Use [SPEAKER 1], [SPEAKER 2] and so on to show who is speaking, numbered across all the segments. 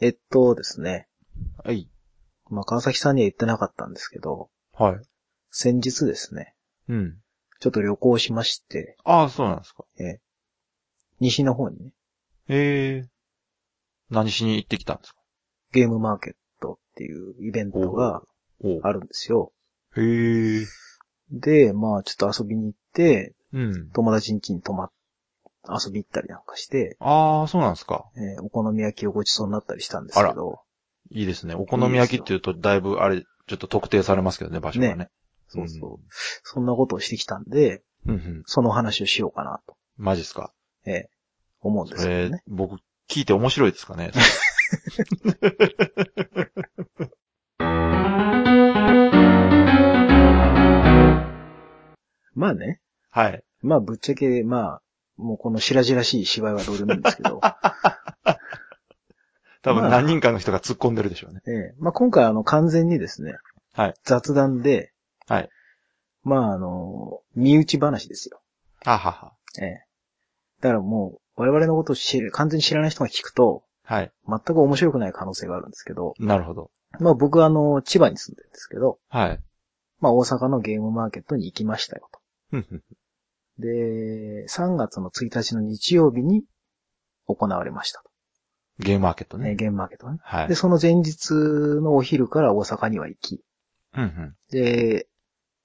[SPEAKER 1] えっとですね。
[SPEAKER 2] はい。
[SPEAKER 1] まあ、川崎さんには言ってなかったんですけど、
[SPEAKER 2] はい。
[SPEAKER 1] 先日ですね、
[SPEAKER 2] うん。
[SPEAKER 1] ちょっと旅行しまして、
[SPEAKER 2] ああ、そうなんですか。
[SPEAKER 1] 西の方にね、
[SPEAKER 2] ええ何しに行ってきたんですか
[SPEAKER 1] ゲームマーケットっていうイベントが
[SPEAKER 2] お
[SPEAKER 1] あるんですよ。
[SPEAKER 2] へえ。
[SPEAKER 1] で、まあ、ちょっと遊びに行って、
[SPEAKER 2] うん。
[SPEAKER 1] 友達ん家に泊まっ、遊び行ったりなんかして、
[SPEAKER 2] ああ、そうなんですか。
[SPEAKER 1] えーお好み焼きをごちそうになったりしたんですけど、
[SPEAKER 2] いいですね。お好み焼きっていうと、だいぶ、あれ、ちょっと特定されますけどね、場所がね。
[SPEAKER 1] そうそう。そんなことをしてきたんで、
[SPEAKER 2] うんうん。
[SPEAKER 1] その話をしようかなと、
[SPEAKER 2] マジっすか。
[SPEAKER 1] えー思うんですけ
[SPEAKER 2] え
[SPEAKER 1] どね。
[SPEAKER 2] 僕、聞いて面白いですかね。
[SPEAKER 1] まあね、
[SPEAKER 2] はい。
[SPEAKER 1] まあ、ぶっちゃけ、まあ、もうこの白々しい芝居はどうでもいいんですけど、
[SPEAKER 2] 多
[SPEAKER 1] まあ
[SPEAKER 2] 分何人かの人が突っ込んでるでしょうね。
[SPEAKER 1] ええまあ、今回あの完全にですね、
[SPEAKER 2] はい
[SPEAKER 1] 雑談で、
[SPEAKER 2] はい
[SPEAKER 1] まああの、身内話ですよ。
[SPEAKER 2] ははは。
[SPEAKER 1] ええだからもう、我々のことを知る、完全に知らない人が聞くと、
[SPEAKER 2] はい。
[SPEAKER 1] 全く面白くない可能性があるんですけど、
[SPEAKER 2] なるほど。
[SPEAKER 1] まあ僕はあの、千葉に住んでるんですけど、
[SPEAKER 2] はい。
[SPEAKER 1] まあ大阪のゲームマーケットに行きましたよと。
[SPEAKER 2] うんうん
[SPEAKER 1] で、3月の1日の日曜日に行われました
[SPEAKER 2] ゲームマーケット
[SPEAKER 1] と。ね、
[SPEAKER 2] ね。
[SPEAKER 1] ゲームマーケットはね。
[SPEAKER 2] はい
[SPEAKER 1] で、。その前日のお昼から大阪には行き、
[SPEAKER 2] うんうん
[SPEAKER 1] で、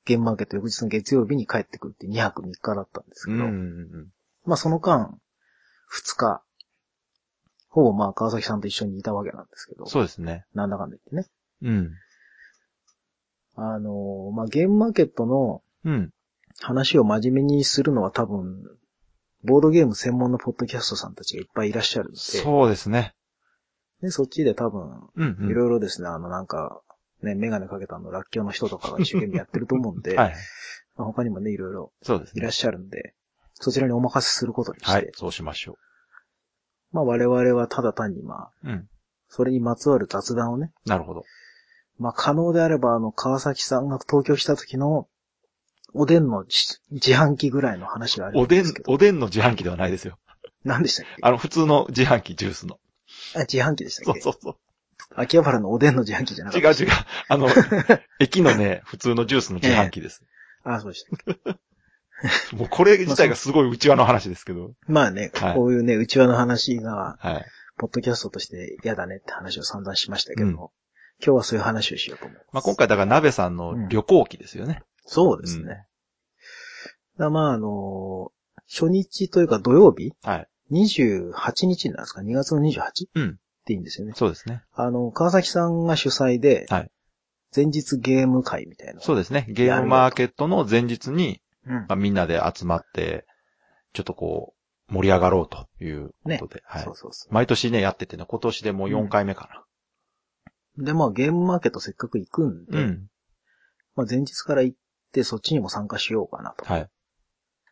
[SPEAKER 1] ゲームマーケット翌日の月曜日に帰ってくるって2泊3日だったんですけ
[SPEAKER 2] うん
[SPEAKER 1] ど、
[SPEAKER 2] うんうん。
[SPEAKER 1] まあその間、2日、ほぼまあ川崎さんと一緒にいたわけなんですけど、
[SPEAKER 2] そうですね。
[SPEAKER 1] なんだかんだ言ってね。
[SPEAKER 2] うん。
[SPEAKER 1] あのー、まあゲームマーケットの
[SPEAKER 2] うん。
[SPEAKER 1] 話を真面目にするのは多分、ボードゲーム専門のポッドキャストさんたちがいっぱいいらっしゃるんで、
[SPEAKER 2] そうですね。
[SPEAKER 1] でそっちで多分、
[SPEAKER 2] うん、うん。
[SPEAKER 1] いろいろですね、あのなんか、ね、メガネかけたあの、ラッキョウの人とかが一生懸命やってると思うんで、
[SPEAKER 2] はい。
[SPEAKER 1] まあ他にもね、いろいろ
[SPEAKER 2] そうです
[SPEAKER 1] いら
[SPEAKER 2] ね
[SPEAKER 1] っ。しゃるんで、そちらにお任せすることにして、
[SPEAKER 2] はい。そうしましょ
[SPEAKER 1] まあ我々はただ単にまあ、
[SPEAKER 2] う。うん。
[SPEAKER 1] それにまつわる雑談をね、
[SPEAKER 2] なるほど。
[SPEAKER 1] まあ可能であればあの川崎さんが東京来た時のおでんのし自販機ぐらいの話がある
[SPEAKER 2] お
[SPEAKER 1] んで
[SPEAKER 2] でん
[SPEAKER 1] すけ、ど。
[SPEAKER 2] おでんの自販機ではないですよ。
[SPEAKER 1] 何でしたっけ
[SPEAKER 2] あの、普通の自販機、ジュースの。
[SPEAKER 1] あ自販機でした
[SPEAKER 2] そ
[SPEAKER 1] っ
[SPEAKER 2] う
[SPEAKER 1] け
[SPEAKER 2] そうそ
[SPEAKER 1] 秋葉原のおでんの自販機じゃな
[SPEAKER 2] う。
[SPEAKER 1] かっ
[SPEAKER 2] 違
[SPEAKER 1] た。
[SPEAKER 2] う違う。あ の、駅のね、普通のジュースの自販機です。
[SPEAKER 1] あ、そうでした。
[SPEAKER 2] もうこれ自体がすごい内輪の話ですけど。
[SPEAKER 1] まあね、
[SPEAKER 2] はい
[SPEAKER 1] こういうね、内輪の話が、
[SPEAKER 2] はい。
[SPEAKER 1] ポッドキャストとして嫌だねって話を散々しましたけど、
[SPEAKER 2] うん
[SPEAKER 1] 今日はそういう話をしようと思います。
[SPEAKER 2] まあ、今回だから鍋さんの旅行機ですよね。
[SPEAKER 1] そうですね。だからまあ、あのー初日というか土曜日、
[SPEAKER 2] はい。
[SPEAKER 1] 28日になんですか ?2 月の 28?
[SPEAKER 2] うん
[SPEAKER 1] っていいんですよね。
[SPEAKER 2] そうですね。
[SPEAKER 1] あの、川崎さんが主催で、
[SPEAKER 2] はい
[SPEAKER 1] 前日ゲーム会みたいな。
[SPEAKER 2] そう
[SPEAKER 1] う。
[SPEAKER 2] ですね。ゲームマーケットの前日に、
[SPEAKER 1] うん
[SPEAKER 2] ま。あ、みんなで集まって、ちょっとこう、盛り上がろうということで。はい
[SPEAKER 1] そう。そうそ
[SPEAKER 2] 毎年ね、やっててね、今年でもう4回目
[SPEAKER 1] う。
[SPEAKER 2] か
[SPEAKER 1] で、まあゲームマーケットせっかく行くんで、
[SPEAKER 2] な。うん。
[SPEAKER 1] まあ前日から行ってそっちにも参加しようかなと。
[SPEAKER 2] はい。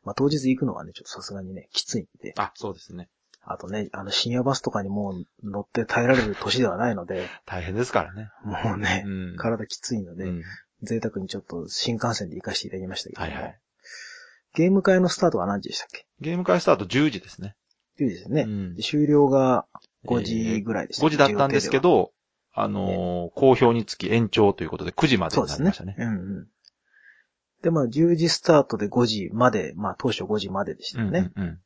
[SPEAKER 1] まあ当日行くのはね、ちょっとさすがにね、きついんで。
[SPEAKER 2] あ、そうですね。
[SPEAKER 1] あとね、あの深夜バスとかにもう乗って耐えられる年ではないの で、
[SPEAKER 2] 大変ですからね。
[SPEAKER 1] もうね
[SPEAKER 2] う、ん。
[SPEAKER 1] 体きついので、
[SPEAKER 2] うん。
[SPEAKER 1] 贅沢にちょっと新幹線で行かせていただきましたけども、
[SPEAKER 2] はいはい
[SPEAKER 1] ゲーム会のスタートは何時でしたっけ
[SPEAKER 2] ゲーム会スタート10時ですね。
[SPEAKER 1] ?10 時ですね
[SPEAKER 2] う、ん
[SPEAKER 1] で。終了が5時ぐらいでした、
[SPEAKER 2] 5時だったんですけど、あのー、好評につき延長ということで9時まで
[SPEAKER 1] そ
[SPEAKER 2] に
[SPEAKER 1] うで
[SPEAKER 2] な
[SPEAKER 1] す
[SPEAKER 2] り
[SPEAKER 1] ね
[SPEAKER 2] ました。ね。
[SPEAKER 1] うんうん。で、まあ、10時スタートで5時まで、まあ、当初5時まででしたよね。
[SPEAKER 2] うんうん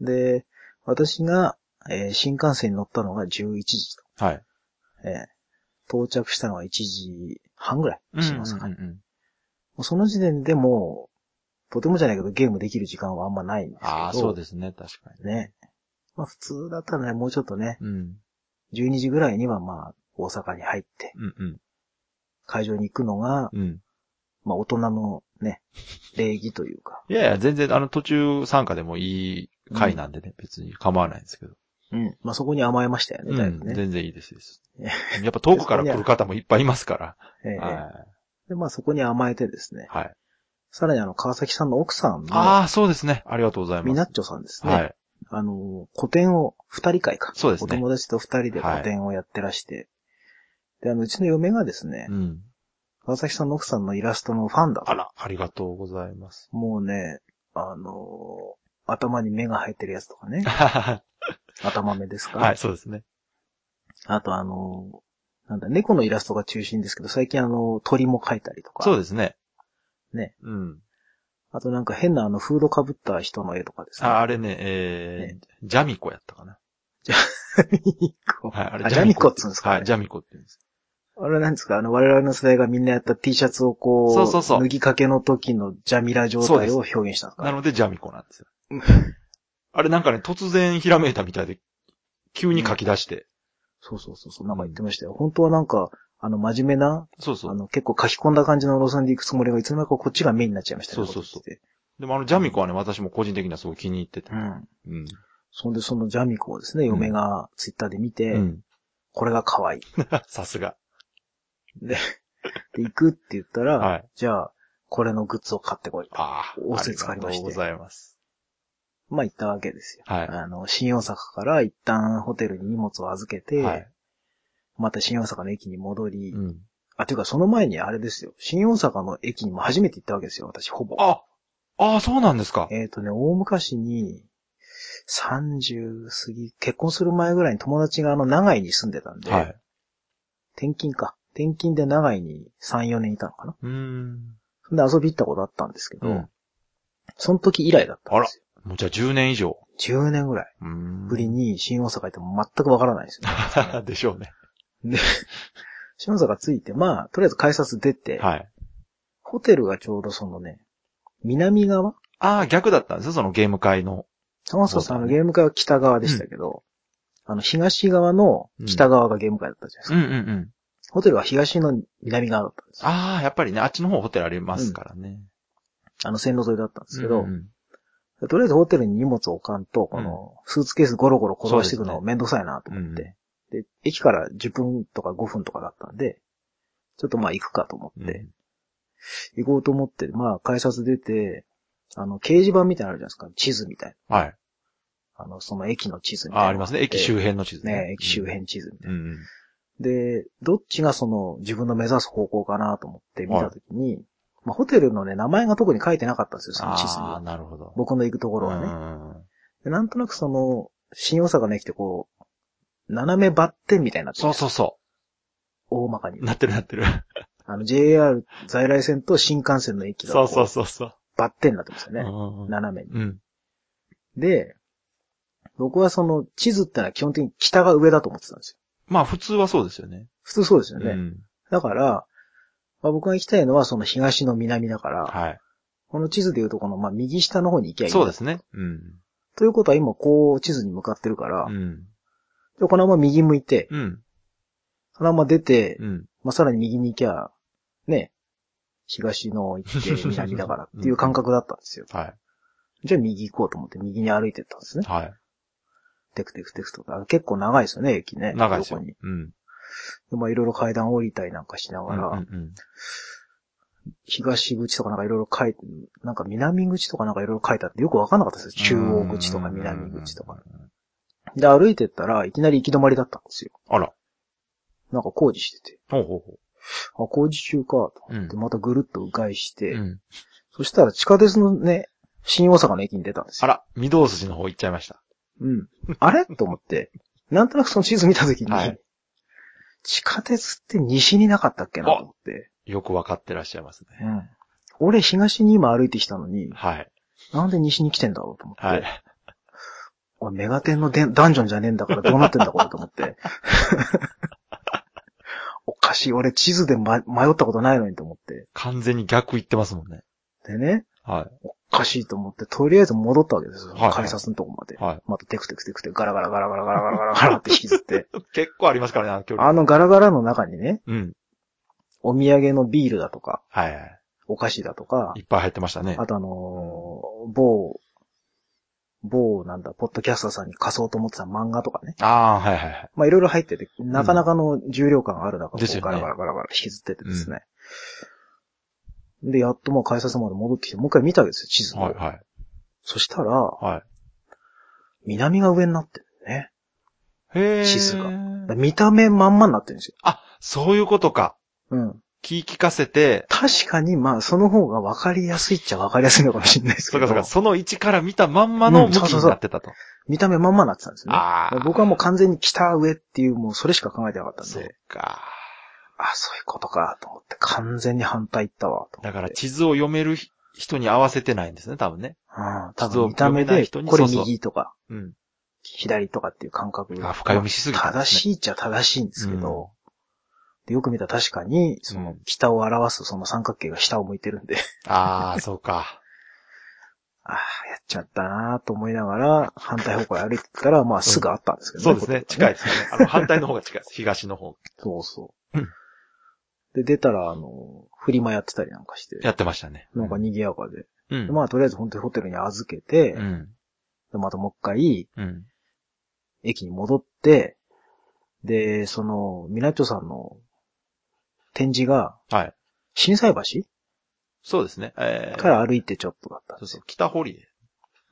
[SPEAKER 2] うん。
[SPEAKER 1] で、私が、えー新幹線に乗ったのが11時と、
[SPEAKER 2] はい。
[SPEAKER 1] えー到着したのは1時半ぐらいしますかね。
[SPEAKER 2] うんうんうん
[SPEAKER 1] もうその時点でもう、とてもじゃないけどゲームできる時間はあんまないんですけど。
[SPEAKER 2] ああ、そうですね。確かに。
[SPEAKER 1] ね。まあ、普通だったらね、もうちょっとね、
[SPEAKER 2] うん。
[SPEAKER 1] 12時ぐらいにはまあ、大阪に入って、
[SPEAKER 2] うんうん。
[SPEAKER 1] 会場に行くのが、
[SPEAKER 2] うん。
[SPEAKER 1] まあ、大人のね、礼儀というか、
[SPEAKER 2] いやいや、全然、あの、途中参加でもいい回なんでね、別に構わないんですけど。
[SPEAKER 1] うん。まあ、そこに甘えましたよね、だいぶ
[SPEAKER 2] うん
[SPEAKER 1] ね。
[SPEAKER 2] 全然いいですです。やっぱ遠くから来る方もいっぱいいますか
[SPEAKER 1] え え
[SPEAKER 2] ら。は
[SPEAKER 1] で、まあ、そこに甘えてですね
[SPEAKER 2] い。、はい。
[SPEAKER 1] さらにあの、川崎さんの奥さんの、
[SPEAKER 2] ああ、そうですね。ありがとうございます。
[SPEAKER 1] みなっちょさんですね。
[SPEAKER 2] はい。
[SPEAKER 1] あの、個展を、二人会か。
[SPEAKER 2] そうですね
[SPEAKER 1] お友達と二人で個展をやってらして、で、あの、うちの嫁がですね、
[SPEAKER 2] うん。
[SPEAKER 1] 川崎さんの奥さんのイラストのファンだと
[SPEAKER 2] あら、ありがとうござい ます。。
[SPEAKER 1] もうね、あのー頭に目が生えてるやつとかね
[SPEAKER 2] は
[SPEAKER 1] 頭目ですか、
[SPEAKER 2] い、そうですね。
[SPEAKER 1] あとあの、なんだ、猫のイラストが中心ですけど、最近あの、鳥も描いたりとか。
[SPEAKER 2] そう
[SPEAKER 1] で
[SPEAKER 2] ですね。
[SPEAKER 1] ね。
[SPEAKER 2] うん。
[SPEAKER 1] あとなんか変なあの、フード被った人の絵とかですね。
[SPEAKER 2] あ、あれね、え
[SPEAKER 1] ね
[SPEAKER 2] ー、ジャミコやったかな。
[SPEAKER 1] ジャミコ。
[SPEAKER 2] はい、あ
[SPEAKER 1] あ
[SPEAKER 2] れ
[SPEAKER 1] ジャミコっつうんですかね
[SPEAKER 2] はい、ジャミコって言うんです。
[SPEAKER 1] あれなんですかあの、我々の世代がみんなやった T シャツをこう、
[SPEAKER 2] そうそうそう
[SPEAKER 1] 脱ぎかけの時のジャミラ状態を表現したんですか
[SPEAKER 2] なので、ジャミコなんです よ
[SPEAKER 1] うん。
[SPEAKER 2] あれなんかね、突然ひらめいたみたいで、急に書き出して。
[SPEAKER 1] そうそうそうそう、なんか言ってましたよ。本当はなんか、あの、真面目な、
[SPEAKER 2] そうそ
[SPEAKER 1] あ
[SPEAKER 2] う。
[SPEAKER 1] の、結構書き込んだ感じの路線で行くつもりが、いつの間にかこっちがメインになっちゃいましたね。
[SPEAKER 2] そうそうそ
[SPEAKER 1] こっ
[SPEAKER 2] う
[SPEAKER 1] ちって
[SPEAKER 2] でもあの、ジャミコはね、私も個人的にはすごい気に入ってて。
[SPEAKER 1] うん。
[SPEAKER 2] うん。
[SPEAKER 1] そんで、そのジャミコをですね、
[SPEAKER 2] うん
[SPEAKER 1] 嫁がツイッターで見て、
[SPEAKER 2] うん。
[SPEAKER 1] これが可愛い。
[SPEAKER 2] さすが。
[SPEAKER 1] で、行くって言ったら、
[SPEAKER 2] はい
[SPEAKER 1] じゃあ、これのグッズを買ってこい。
[SPEAKER 2] ああ。
[SPEAKER 1] おせつかりまして
[SPEAKER 2] ありがとうございます。
[SPEAKER 1] まあ、行ったわけですよ。
[SPEAKER 2] はい。
[SPEAKER 1] あの、新大阪から一旦ホテルに荷物を預けて、
[SPEAKER 2] はい。
[SPEAKER 1] また新大阪の駅に戻り、
[SPEAKER 2] うん。
[SPEAKER 1] あ、というかその前にあれですよ、新大阪の駅にも初めて行ったわけですよ、私、ほぼ。
[SPEAKER 2] あああ、そうなんですか。
[SPEAKER 1] えっ、とね、大昔に、30過ぎ、結婚する前ぐらいに友達があの、長井に住んでたんで、
[SPEAKER 2] はい。
[SPEAKER 1] 転勤か。転勤で長井に3、4年いたのかな。
[SPEAKER 2] うーん。
[SPEAKER 1] そんで遊び行ったことあったんですけど、
[SPEAKER 2] うん
[SPEAKER 1] その時以来だったんですよ。
[SPEAKER 2] もうじゃあ10年以上。
[SPEAKER 1] 10年ぐらいう
[SPEAKER 2] ーん。
[SPEAKER 1] ぶりに新大阪行っても全くわからないんですよ。
[SPEAKER 2] でしょうね。
[SPEAKER 1] で、新大阪着いて、まあ、とりあえず改札出て、
[SPEAKER 2] はい。
[SPEAKER 1] ホテルがちょうどそのね、南側
[SPEAKER 2] ああ、逆だったんですよ、そのゲーム会の。
[SPEAKER 1] そうそう
[SPEAKER 2] そ
[SPEAKER 1] そうう、あ
[SPEAKER 2] だね
[SPEAKER 1] の、ゲーム会は北側でしたけど、あの、東側の北側がゲーム会だったじゃないですか。
[SPEAKER 2] うんうんうん。
[SPEAKER 1] ホテルは東の南側だったんですよ。
[SPEAKER 2] ああ、やっぱりね、あっちの方ホテルありますからね。
[SPEAKER 1] あの、線路沿いだったんですけど、
[SPEAKER 2] うんうん
[SPEAKER 1] とりあえずホテルに荷物を置かんと、この、スーツケースゴロゴロ転がしていくのめんどくさいなと思って、で駅から10分とか5分とかだったんで、ちょっとまあ行くかと思
[SPEAKER 2] う
[SPEAKER 1] っ
[SPEAKER 2] ん
[SPEAKER 1] て、行こうと思って、まあ改札出て、あの、掲示板みたいなのあるじゃないですか、地図みたい
[SPEAKER 2] はい。
[SPEAKER 1] な。あの、その駅の地図みたい
[SPEAKER 2] あ
[SPEAKER 1] な。
[SPEAKER 2] あ、ありますね。駅周辺の地図
[SPEAKER 1] ね。駅周。辺地図みたいな。
[SPEAKER 2] うんうん。
[SPEAKER 1] で、どっちがその自分の目指す方向かなと思って見たときに、まあ、ホテルのね、名前が特に書いてなかったんですよ、その地図
[SPEAKER 2] ああ、
[SPEAKER 1] に。
[SPEAKER 2] なるほど。
[SPEAKER 1] 僕の行くところはね。
[SPEAKER 2] ね。
[SPEAKER 1] でなんとなくその、新大阪の駅ってこう、斜めバッテンみたいになってる
[SPEAKER 2] そ
[SPEAKER 1] ん
[SPEAKER 2] う
[SPEAKER 1] ですよ
[SPEAKER 2] そうそ
[SPEAKER 1] 大まかに
[SPEAKER 2] う。。なってる なってる。
[SPEAKER 1] あの、JR 在来線と新幹線の駅が
[SPEAKER 2] そ
[SPEAKER 1] こ
[SPEAKER 2] うそうそうそう。
[SPEAKER 1] バッテンになってますよ
[SPEAKER 2] う
[SPEAKER 1] ね。
[SPEAKER 2] んうんうん
[SPEAKER 1] 斜めに。
[SPEAKER 2] うん。
[SPEAKER 1] で、僕はその地図ってのは基本的に北が上だと思ってたんですよ。
[SPEAKER 2] まあ普通はそうですよね。
[SPEAKER 1] 普通そうですよね。
[SPEAKER 2] うん。
[SPEAKER 1] だから、まあ、僕が行きたいのはその東の南だから、
[SPEAKER 2] は
[SPEAKER 1] この地図でいうとこの、まあ、右下の方に行きゃい
[SPEAKER 2] い。
[SPEAKER 1] い。
[SPEAKER 2] そうですね。うん。
[SPEAKER 1] ということは今こう地図に向かってるから、
[SPEAKER 2] うん。
[SPEAKER 1] でこのまま右向いて、
[SPEAKER 2] うん。
[SPEAKER 1] そのまま出て、
[SPEAKER 2] うん。
[SPEAKER 1] まあ、さらに右に行きゃ、ね、東の行って南だからっていう感覚だったんですよ。
[SPEAKER 2] は
[SPEAKER 1] じゃあ右行こうと思って右に歩いてったんですね
[SPEAKER 2] い。。は
[SPEAKER 1] テクテクテクとか。結構長いですよね、駅ね。
[SPEAKER 2] い。長いですよ。
[SPEAKER 1] 横に
[SPEAKER 2] うん。
[SPEAKER 1] でまあいろいろ階段降りたりなんかしながら、
[SPEAKER 2] うんうん
[SPEAKER 1] 東口とかなんかいろいろ書いて、なんか南口とかなんかいろいろ書いてあってよくわかんなかったですよ。中央口とか南口とか。。で、歩いてったらいきなり行き止まりだったんですよ。
[SPEAKER 2] あら。
[SPEAKER 1] なんか工事してて。
[SPEAKER 2] ほうほうほ
[SPEAKER 1] あ、工事中か、と
[SPEAKER 2] う。うん
[SPEAKER 1] 思って、またぐるっと迂回して、
[SPEAKER 2] うん。
[SPEAKER 1] そしたら地下鉄のね、新大阪の駅に出たんです
[SPEAKER 2] あ
[SPEAKER 1] よ。
[SPEAKER 2] ら、御堂筋の方行っちゃいました。
[SPEAKER 1] うん。あれと思って、なんとなくその地図見たときに、
[SPEAKER 2] はい
[SPEAKER 1] 地下鉄って西になかったっけなと思って、
[SPEAKER 2] よくわかってらっしゃいます
[SPEAKER 1] う
[SPEAKER 2] ね。
[SPEAKER 1] ん。俺東に今歩いてきたのに、
[SPEAKER 2] はい。
[SPEAKER 1] なんで西に来てんだろうと思って、
[SPEAKER 2] はい。
[SPEAKER 1] 俺メガテンのでダンジョンじゃねえんだからどうなってんだこれと思 って。おかしい、俺地図で、ま、迷ったことないのにと思って。
[SPEAKER 2] 完全に逆行ってますもんね。
[SPEAKER 1] でね、
[SPEAKER 2] は
[SPEAKER 1] おかしいと思って、とりあえず戻ったわけですよ。
[SPEAKER 2] はいはい
[SPEAKER 1] 改札のとこまで。
[SPEAKER 2] い。は
[SPEAKER 1] またテクテクテクテクガラガラガラガラガラガラガラガラって引きずって。
[SPEAKER 2] い。結構ありますからね、あの距離。
[SPEAKER 1] あのガラガラの中にね、
[SPEAKER 2] うん。
[SPEAKER 1] お土産のビールだとか、
[SPEAKER 2] はいは
[SPEAKER 1] お菓子だとか
[SPEAKER 2] い。い、っぱい入ってましたね。
[SPEAKER 1] あとあのー某、某なんだ、ポッドキャスターさんに貸そうと思ってた漫画とかね。
[SPEAKER 2] ああ、はいはいはい。
[SPEAKER 1] まあいろいろ入ってて、なかなかの重量感がある中、こ
[SPEAKER 2] です
[SPEAKER 1] う
[SPEAKER 2] よ
[SPEAKER 1] ガラ
[SPEAKER 2] ね
[SPEAKER 1] ガラガラガラ引きずっててですね。で、やっともう改札まで戻ってきて、もう一回見たわけですよ、地図を。
[SPEAKER 2] はいはい。
[SPEAKER 1] そしたら、
[SPEAKER 2] は
[SPEAKER 1] 南が上になってるね。
[SPEAKER 2] い。へえ。
[SPEAKER 1] 地図がだから見た目まんまになってるんですよ。
[SPEAKER 2] あ、そういうことか。
[SPEAKER 1] うん。
[SPEAKER 2] 気聞かせて、
[SPEAKER 1] 確かに、まあ、その方が分かりやすいっちゃ分かりやすいのかもしれないです
[SPEAKER 2] そ
[SPEAKER 1] け
[SPEAKER 2] う
[SPEAKER 1] ど。
[SPEAKER 2] かそうか、その位置から見たまんまの
[SPEAKER 1] うん
[SPEAKER 2] 向き
[SPEAKER 1] そうそう
[SPEAKER 2] に
[SPEAKER 1] そう
[SPEAKER 2] なってたと。
[SPEAKER 1] 見た目まんまなってたんですよね。
[SPEAKER 2] ああ。
[SPEAKER 1] 僕はもう完全に北上っていう、もうそれしか考えてなかったん
[SPEAKER 2] そう
[SPEAKER 1] で、
[SPEAKER 2] か。
[SPEAKER 1] あ、そういうことか、と思って、完全に反対行ったわ、と思
[SPEAKER 2] だ
[SPEAKER 1] って。
[SPEAKER 2] から地図を読める人に合わせてないんですね、多分ね。
[SPEAKER 1] うん、
[SPEAKER 2] 地
[SPEAKER 1] 多
[SPEAKER 2] 図を
[SPEAKER 1] 分見た目
[SPEAKER 2] 読めない
[SPEAKER 1] で、
[SPEAKER 2] 人に
[SPEAKER 1] これ
[SPEAKER 2] そうそう
[SPEAKER 1] 右とか、
[SPEAKER 2] うん。
[SPEAKER 1] 左とかっていう感覚
[SPEAKER 2] あ、深読みしすぎたんで
[SPEAKER 1] 正
[SPEAKER 2] すね。
[SPEAKER 1] しいっちゃ正しいんですけ
[SPEAKER 2] うん
[SPEAKER 1] ど、でよく見たら確かに、そうの
[SPEAKER 2] ん、
[SPEAKER 1] 北を表すその三角形が下を向いてるんで、
[SPEAKER 2] ああ、そうか。
[SPEAKER 1] ああ、やっちゃったなーと思いながら、反対方向へ歩いてったら、まあすぐあったんですけどね。
[SPEAKER 2] そうですね。近い
[SPEAKER 1] い。
[SPEAKER 2] ですね。あの、反対の方が近い です。東の方。
[SPEAKER 1] そうそう
[SPEAKER 2] うん。
[SPEAKER 1] で、出たら、あの、フリマやってたりなんかして、
[SPEAKER 2] やってましたね。
[SPEAKER 1] なんか賑やかで。
[SPEAKER 2] うん。
[SPEAKER 1] でまあとりあえず本当にホテルに預けて、
[SPEAKER 2] うん。
[SPEAKER 1] でまたもう一回、
[SPEAKER 2] うん。
[SPEAKER 1] 駅に戻って、で、その、ミナッチョさんの展示が、
[SPEAKER 2] はい。
[SPEAKER 1] 震災橋
[SPEAKER 2] そうですね。えー、
[SPEAKER 1] から歩いてちょっとだったんで
[SPEAKER 2] そう
[SPEAKER 1] す
[SPEAKER 2] そう
[SPEAKER 1] よ。、
[SPEAKER 2] 北堀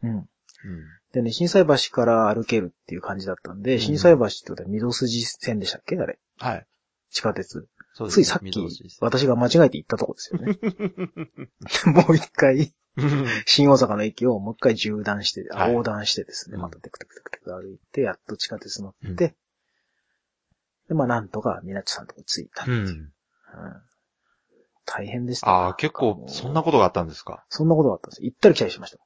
[SPEAKER 2] 江。
[SPEAKER 1] うん。
[SPEAKER 2] うん。
[SPEAKER 1] でね、震災橋から歩けるっていう感じだったん
[SPEAKER 2] うん
[SPEAKER 1] で、震災橋ってことは御堂筋線でしたっけあれ。
[SPEAKER 2] はい。
[SPEAKER 1] 地下鉄。
[SPEAKER 2] そうです
[SPEAKER 1] つ
[SPEAKER 2] ね。
[SPEAKER 1] いさっき
[SPEAKER 2] 御堂筋 です、
[SPEAKER 1] 私が間違えて行ったとこですよ ね。もう一回、
[SPEAKER 2] うん
[SPEAKER 1] 新大阪の駅をもう一回縦断して、あ
[SPEAKER 2] はい
[SPEAKER 1] 横断してですね、
[SPEAKER 2] うん
[SPEAKER 1] またテクテクテクテク歩いて、やっと地下鉄乗って、で、まあなんとか、みなっちさんのとこ着いたって
[SPEAKER 2] う
[SPEAKER 1] いう、
[SPEAKER 2] ん。
[SPEAKER 1] うん大変でしたね。
[SPEAKER 2] ああ、結構、そんなことがあったんですか。
[SPEAKER 1] そんなことがあったんです。行ったり来たりしました。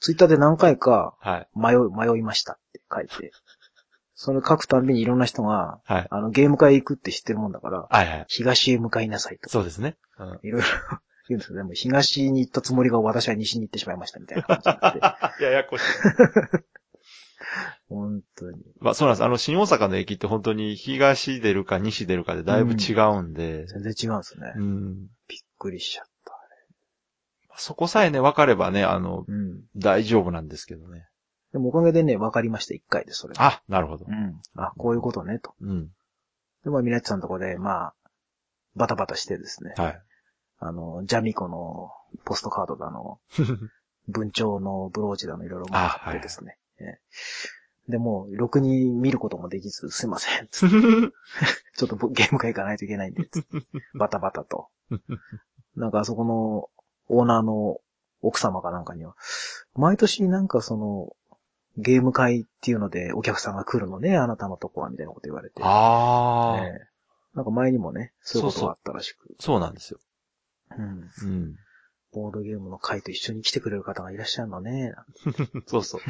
[SPEAKER 1] ツイッターで何回か
[SPEAKER 2] はい。
[SPEAKER 1] 迷い、迷いましたって書いて、それ書くたんびにいろんな人が、
[SPEAKER 2] はい。
[SPEAKER 1] あの、ゲーム会行くって知ってるもんだから、
[SPEAKER 2] はいはい。
[SPEAKER 1] 東へ向かいなさいとか、
[SPEAKER 2] そうですね。うん。
[SPEAKER 1] いろいろ言うんですけど、でも東に行ったつもりが私は西に行ってしまいましたみたいな感じになって、
[SPEAKER 2] ややこしい。
[SPEAKER 1] 本当に、
[SPEAKER 2] まあそうなんです。あの、新大阪の駅って本当に東出るか西出るかでだいぶ違うんで、
[SPEAKER 1] 全然違うんですね
[SPEAKER 2] う。ん。
[SPEAKER 1] びっくりしちゃった。
[SPEAKER 2] そこさえね、分かればね、あの、
[SPEAKER 1] うん。
[SPEAKER 2] 大丈夫なんですけどね。
[SPEAKER 1] でもおかげでね、分かりました、一回でそれが。
[SPEAKER 2] あ、なるほど
[SPEAKER 1] う。ん。あ、こういうことね、と。
[SPEAKER 2] うん。
[SPEAKER 1] で、まあ、みなっちさんのとこで、まあ、バタバタしてですね、
[SPEAKER 2] はい。
[SPEAKER 1] あの、ジャミコのポストカードだの、文鳥のブローチだのいろいろ回ってですね。ええで、もう、ろくに見ることもできず、すいません。つってちょっと僕ゲーム会行かないといけないんで、つ ってバタバタと。なんかあそこのオーナーの奥様かなんかには、毎年なんかその、ゲーム会っていうのでお客さんが来るのね、あなたのとこは、みたいなこと言われて。
[SPEAKER 2] ああ、
[SPEAKER 1] ええなんか前にもね、そういうことがあったらしく。
[SPEAKER 2] そうなんですよ。
[SPEAKER 1] うん
[SPEAKER 2] うん。
[SPEAKER 1] ボードゲームの会と一緒に来てくれる方がいらっしゃるのね。
[SPEAKER 2] そうそう。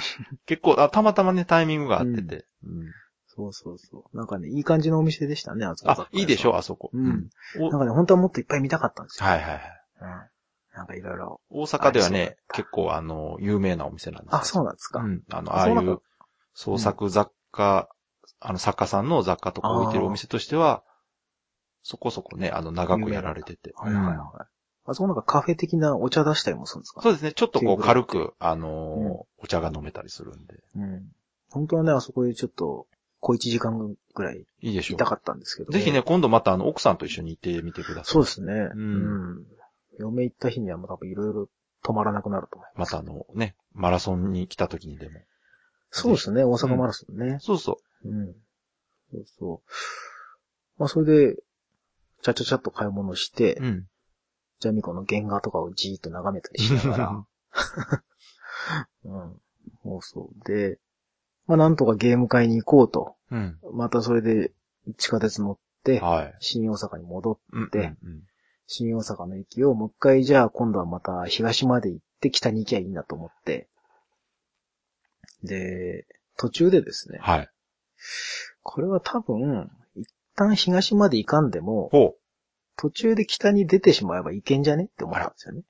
[SPEAKER 2] 結構あ、たまたまね、タイミングが合ってて。うん
[SPEAKER 1] そうそうそう。なんかね、いい感じのお店でしたね、あそこ
[SPEAKER 2] あ、いいでしょ、。あそこ。
[SPEAKER 1] うん。
[SPEAKER 2] お
[SPEAKER 1] なんかね、本当はもっといっぱい見たかったんですよ。
[SPEAKER 2] はいはいはい。
[SPEAKER 1] うん。なんかいろいろ。
[SPEAKER 2] 大阪では
[SPEAKER 1] あれそうだ
[SPEAKER 2] ね
[SPEAKER 1] っ、
[SPEAKER 2] 結構あの、有名なお店なんです
[SPEAKER 1] あ、そううなんですか。
[SPEAKER 2] うん。あの、あ
[SPEAKER 1] あ
[SPEAKER 2] あい
[SPEAKER 1] そうなんだ
[SPEAKER 2] う創作雑貨、あの、作家さんの雑貨とか置いてるお店としては、そこそこね、あの、長くやられてて。
[SPEAKER 1] はいはいはい
[SPEAKER 2] うん。
[SPEAKER 1] あそこなんかカフェ的なお茶出したりもするんですか
[SPEAKER 2] そうですね。ちょっとこう、
[SPEAKER 1] テーブル
[SPEAKER 2] 軽く、あのー
[SPEAKER 1] うん
[SPEAKER 2] お茶が飲めたりするんで。
[SPEAKER 1] うん。本当はね、あそこでちょっと、小一時間ぐらい
[SPEAKER 2] いいでしょ
[SPEAKER 1] いうた。かったんですけど。
[SPEAKER 2] ぜひね、。今度またあの、奥さんと一緒に行ってみてください。
[SPEAKER 1] そうですね。
[SPEAKER 2] う
[SPEAKER 1] うんん。嫁行った日にはもう多分いろいろ止まらなくなると思いま。
[SPEAKER 2] ますたあの、ね、マラソンに来た時にでも。
[SPEAKER 1] そうですね、大阪マラソンね。
[SPEAKER 2] そうそう。
[SPEAKER 1] うん。そうそう。まあ、それで、ちゃちゃちゃっと買い物して、
[SPEAKER 2] うん。
[SPEAKER 1] ジャミコの原画とかをじーっと眺めたりしながら、 うん。そうそう。で、まあ、なんとかゲーム会に行こうと。
[SPEAKER 2] うん。
[SPEAKER 1] またそれで、地下鉄乗って、
[SPEAKER 2] はい。
[SPEAKER 1] 新大阪に戻って、
[SPEAKER 2] うん
[SPEAKER 1] で、
[SPEAKER 2] うん
[SPEAKER 1] 新大阪の駅をもう一回、じゃあ今度はまた東まで行って北に行きゃいいなと思って、で、途中でですね、
[SPEAKER 2] はい。
[SPEAKER 1] これは多分、一旦東まで行かんでも、
[SPEAKER 2] ほう。
[SPEAKER 1] 途中で北に出てしまえばいけんじゃねって思ったんですよね。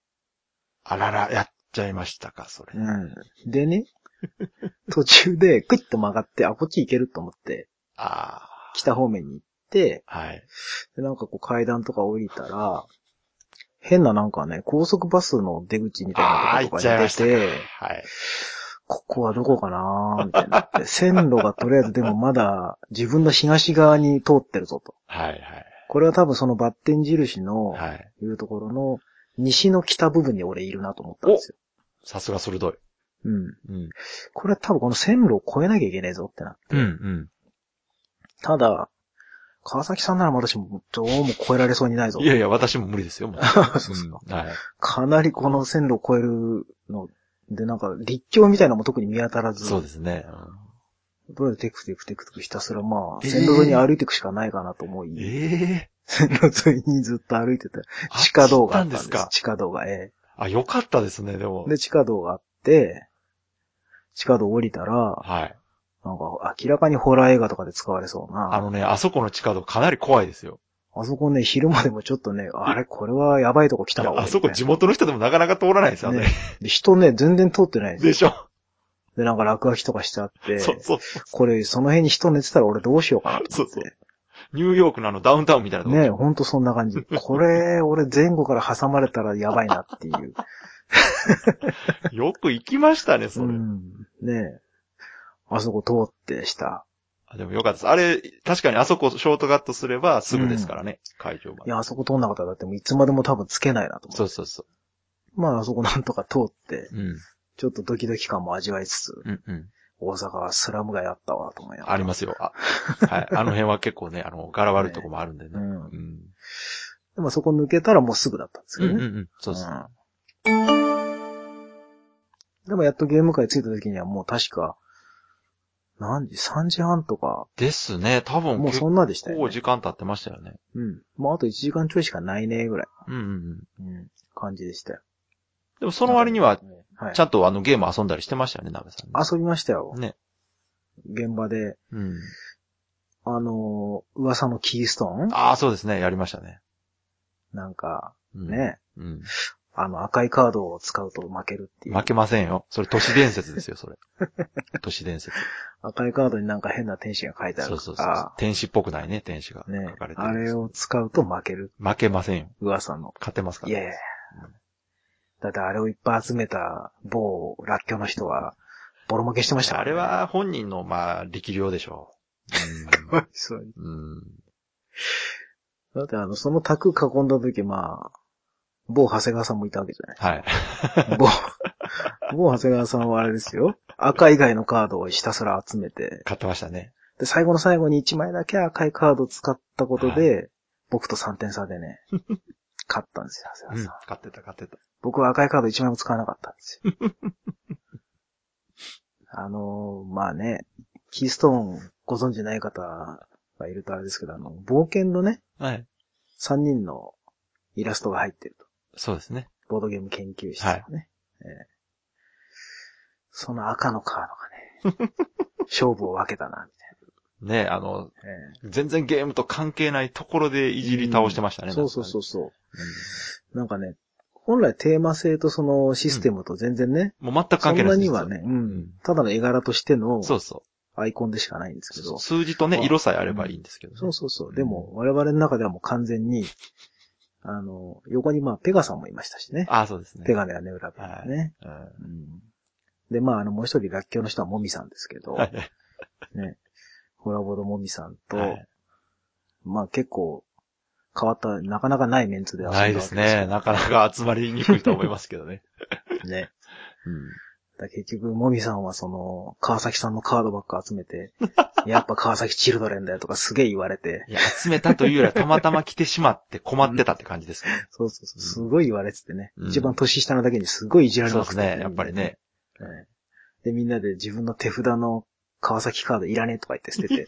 [SPEAKER 2] あらら、やっちゃいましたか、それ。
[SPEAKER 1] うん。でね、途中でクイッと曲がって、あ、こっち行けると思って、
[SPEAKER 2] あ
[SPEAKER 1] 北方面に行って、
[SPEAKER 2] あ。はい。
[SPEAKER 1] でなんかこう階段とか降りたら、変ななんかね、高速バスの出口みたい
[SPEAKER 2] ああ、
[SPEAKER 1] なと
[SPEAKER 2] 行
[SPEAKER 1] こ
[SPEAKER 2] っ
[SPEAKER 1] ろ
[SPEAKER 2] ちゃい
[SPEAKER 1] が
[SPEAKER 2] ま
[SPEAKER 1] 出
[SPEAKER 2] した
[SPEAKER 1] て、
[SPEAKER 2] か。はい。
[SPEAKER 1] ここはどこかなーみたいになって、線路がとりあえずでもまだ自分の東側に通ってるぞと。
[SPEAKER 2] はい、
[SPEAKER 1] これは多分そのバッテン印の
[SPEAKER 2] はい。、はい。
[SPEAKER 1] いうところの、西の北部分に俺いるなと思ったんですよ。
[SPEAKER 2] さすが鋭い。
[SPEAKER 1] うん。
[SPEAKER 2] うん。
[SPEAKER 1] これは多分この線路を越えなきゃいけねえぞってなって。
[SPEAKER 2] うん、うん。
[SPEAKER 1] ただ、川崎さんなら私もどうも越えられそうにないぞ
[SPEAKER 2] い。や いや、私も無理ですよ、もう。
[SPEAKER 1] そうっすか
[SPEAKER 2] うんはい。
[SPEAKER 1] かなりこの線路を越えるので、なんか、立教みたいなのも特に見当たらず、
[SPEAKER 2] そうですね。
[SPEAKER 1] どれテクテクテクテクひたすらまあ、
[SPEAKER 2] えー
[SPEAKER 1] 線路沿いに歩いていくしかないかなと思い、
[SPEAKER 2] ええ
[SPEAKER 1] 線路沿いにずっと歩いてた
[SPEAKER 2] あ
[SPEAKER 1] 地下道があったんで
[SPEAKER 2] 知
[SPEAKER 1] す。
[SPEAKER 2] ったんですか
[SPEAKER 1] 地下道が、え
[SPEAKER 2] あ、よかったですね、でも
[SPEAKER 1] え。で、地下道があって、地下道降りたら、
[SPEAKER 2] はい。
[SPEAKER 1] なんか明らかにホラー映画とかで使われそうな、
[SPEAKER 2] あのね、あそこの地下道かなり怖いですよ。
[SPEAKER 1] あそこね、昼間でもちょっとね、あれ、これはやばいとこ来たわ。
[SPEAKER 2] いや
[SPEAKER 1] 俺
[SPEAKER 2] あそこ地元の人でもなかなか通らないですよね。
[SPEAKER 1] で人ね、全然通ってないんですよ
[SPEAKER 2] でしょ、
[SPEAKER 1] で、なんか落書きとかしてあって、
[SPEAKER 2] そうそう。
[SPEAKER 1] これ、その辺に人寝てたら俺どうしようかなと思って。
[SPEAKER 2] そうニューヨークのあのダウンタウンみたいなとこ
[SPEAKER 1] ねほんとそんな感 じ。これ、俺前後から挟まれたらやばいなっていう。
[SPEAKER 2] よく行きましたね、そうれ。
[SPEAKER 1] ん。ねあそこ通ってした。
[SPEAKER 2] あでもよかったです。あれ、確かにあそこショートカットすればすぐですからね、会場ま
[SPEAKER 1] い
[SPEAKER 2] で。
[SPEAKER 1] や、あそこ通んなかったらだってもういつまでも多分つけないなと思って。
[SPEAKER 2] そうそうそ
[SPEAKER 1] まあ、あそこなんとか通って、
[SPEAKER 2] う。うん。
[SPEAKER 1] ちょっとドキドキ感も味わいつつ、
[SPEAKER 2] うんうん。
[SPEAKER 1] 大阪はスラム街あったわ、と思いながら。
[SPEAKER 2] ありますよ。あはい。あの辺は結構ね、あの、柄悪いとこもあるんでね。
[SPEAKER 1] うん
[SPEAKER 2] うん。
[SPEAKER 1] でもそこ抜けたらもうすぐだったんです
[SPEAKER 2] う
[SPEAKER 1] けど
[SPEAKER 2] んうん
[SPEAKER 1] ね。
[SPEAKER 2] うん。そうです。
[SPEAKER 1] うんでもやっとゲーム会着いた時にはもう確か、何時 ?3 時半とか、
[SPEAKER 2] ですね。多分
[SPEAKER 1] もう
[SPEAKER 2] 結
[SPEAKER 1] そんなでしたよ、
[SPEAKER 2] 構
[SPEAKER 1] ね。
[SPEAKER 2] 時間経ってましたよね。
[SPEAKER 1] うん。もうあと1時間ちょいしかないね、ぐらい。
[SPEAKER 2] うんうんうん。
[SPEAKER 1] うん。感じでしたよ。
[SPEAKER 2] でもその割には、、
[SPEAKER 1] はい
[SPEAKER 2] ち。ゃんとあのゲーム遊んだりしてましたよね、鍋さんね。
[SPEAKER 1] 遊びましたよ。
[SPEAKER 2] ね。
[SPEAKER 1] 現場で、
[SPEAKER 2] うん。
[SPEAKER 1] あのー噂のキーストーン
[SPEAKER 2] ああ、そうですね。やりましたね。
[SPEAKER 1] なんか、
[SPEAKER 2] うん。
[SPEAKER 1] ね、
[SPEAKER 2] うん。
[SPEAKER 1] あの赤いカードを使うと負けるっていう。
[SPEAKER 2] 負けませんよ。それ都市伝説ですよ、それ。都市伝説。
[SPEAKER 1] 赤いカードになんか変な天使が書いてあ
[SPEAKER 2] そ
[SPEAKER 1] る
[SPEAKER 2] う
[SPEAKER 1] と
[SPEAKER 2] そうそう
[SPEAKER 1] か。。
[SPEAKER 2] 天使っぽくないね、天使が書
[SPEAKER 1] ね
[SPEAKER 2] かれ。て
[SPEAKER 1] あ
[SPEAKER 2] るんです
[SPEAKER 1] れを使うと負ける
[SPEAKER 2] 負けませんよ。
[SPEAKER 1] 噂の。
[SPEAKER 2] 勝てますか
[SPEAKER 1] い
[SPEAKER 2] ら。
[SPEAKER 1] やいや。だってあれをいっぱい集めた某らっきょうの人は、ボロ負けしてましたか
[SPEAKER 2] あ
[SPEAKER 1] ら
[SPEAKER 2] れ
[SPEAKER 1] ね、
[SPEAKER 2] は本人の、まあ、力量でしょ
[SPEAKER 1] かわいそうに
[SPEAKER 2] う。うん。うん
[SPEAKER 1] だってあの、その卓囲んだ時、まあ、某長谷川さんもいたわけじゃない
[SPEAKER 2] はい。
[SPEAKER 1] 某、某長谷川さんはあれですよ。赤以外のカードをひたすら集めて、
[SPEAKER 2] 買ってましたね。
[SPEAKER 1] で、最後の最後に1枚だけ赤いカードを使ったことで、僕と3点差で ね、勝ったんですよ、長
[SPEAKER 2] う
[SPEAKER 1] 谷
[SPEAKER 2] ん。
[SPEAKER 1] 川さん。
[SPEAKER 2] 買ってた、買ってた。
[SPEAKER 1] 僕は赤いカード1枚も使わなかったんですよ。 あのーまあね、キーストーンご存知ない方がいるとあれですけど、あの、冒険のね、
[SPEAKER 2] はい。
[SPEAKER 1] 3人のイラストが入ってると。
[SPEAKER 2] そうですね。
[SPEAKER 1] ボードゲーム研究室のね。ええその赤のカードがね、 勝負を分けたな、み
[SPEAKER 2] ねあの、
[SPEAKER 1] たいな。え
[SPEAKER 2] 全然ゲームと関係ないところでいじり倒してましたね。。
[SPEAKER 1] えそうそうそううそう。なんかね、本来テーマ性とそのシステムと全然ね、
[SPEAKER 2] うんもう全く
[SPEAKER 1] そ
[SPEAKER 2] 関係
[SPEAKER 1] ん
[SPEAKER 2] な
[SPEAKER 1] な
[SPEAKER 2] いです
[SPEAKER 1] には。ね、うん
[SPEAKER 2] うん
[SPEAKER 1] ただの絵柄としての
[SPEAKER 2] 実そうそ
[SPEAKER 1] アイコンでしかないんですけど
[SPEAKER 2] う。、数字と
[SPEAKER 1] ま
[SPEAKER 2] ね、
[SPEAKER 1] あ
[SPEAKER 2] 色さえあればいいんですけどね。
[SPEAKER 1] そうそうそう。でも、我々の中ではもう完全に、あの、横にまあ、ペガさんもいましたしね。
[SPEAKER 2] ああ、そうですね。
[SPEAKER 1] ペガネはね、裏ペガネね。
[SPEAKER 2] うん
[SPEAKER 1] うんで、まあ、あの、もう一人、楽器の人はもみさんですけど、
[SPEAKER 2] はいはい
[SPEAKER 1] ね、ホラボドもみさんと、
[SPEAKER 2] はい
[SPEAKER 1] まあ結構、変わった、なかなかないメンツで遊んだ
[SPEAKER 2] な
[SPEAKER 1] わ
[SPEAKER 2] い
[SPEAKER 1] け
[SPEAKER 2] ですね。なかなか集まりにくいと思いますけどね。
[SPEAKER 1] よね。
[SPEAKER 2] うん
[SPEAKER 1] だ結局、もみさんはその、川崎さんのカードばっか集め て、やっぱ川崎チルドレンだよとかすげえ言われて、
[SPEAKER 2] いや、集めたというよりはたまたま来てしまって困ってたって感じですね。
[SPEAKER 1] そうそうそう、すごい言われててね、
[SPEAKER 2] うん
[SPEAKER 1] 一番年下のだけにすごいいじられ
[SPEAKER 2] そう
[SPEAKER 1] ま
[SPEAKER 2] で
[SPEAKER 1] く
[SPEAKER 2] す
[SPEAKER 1] ってて
[SPEAKER 2] ね。やっぱりね。。
[SPEAKER 1] みんなねで、みんなで自分の手札の川崎カードいらねえとか言って捨てて、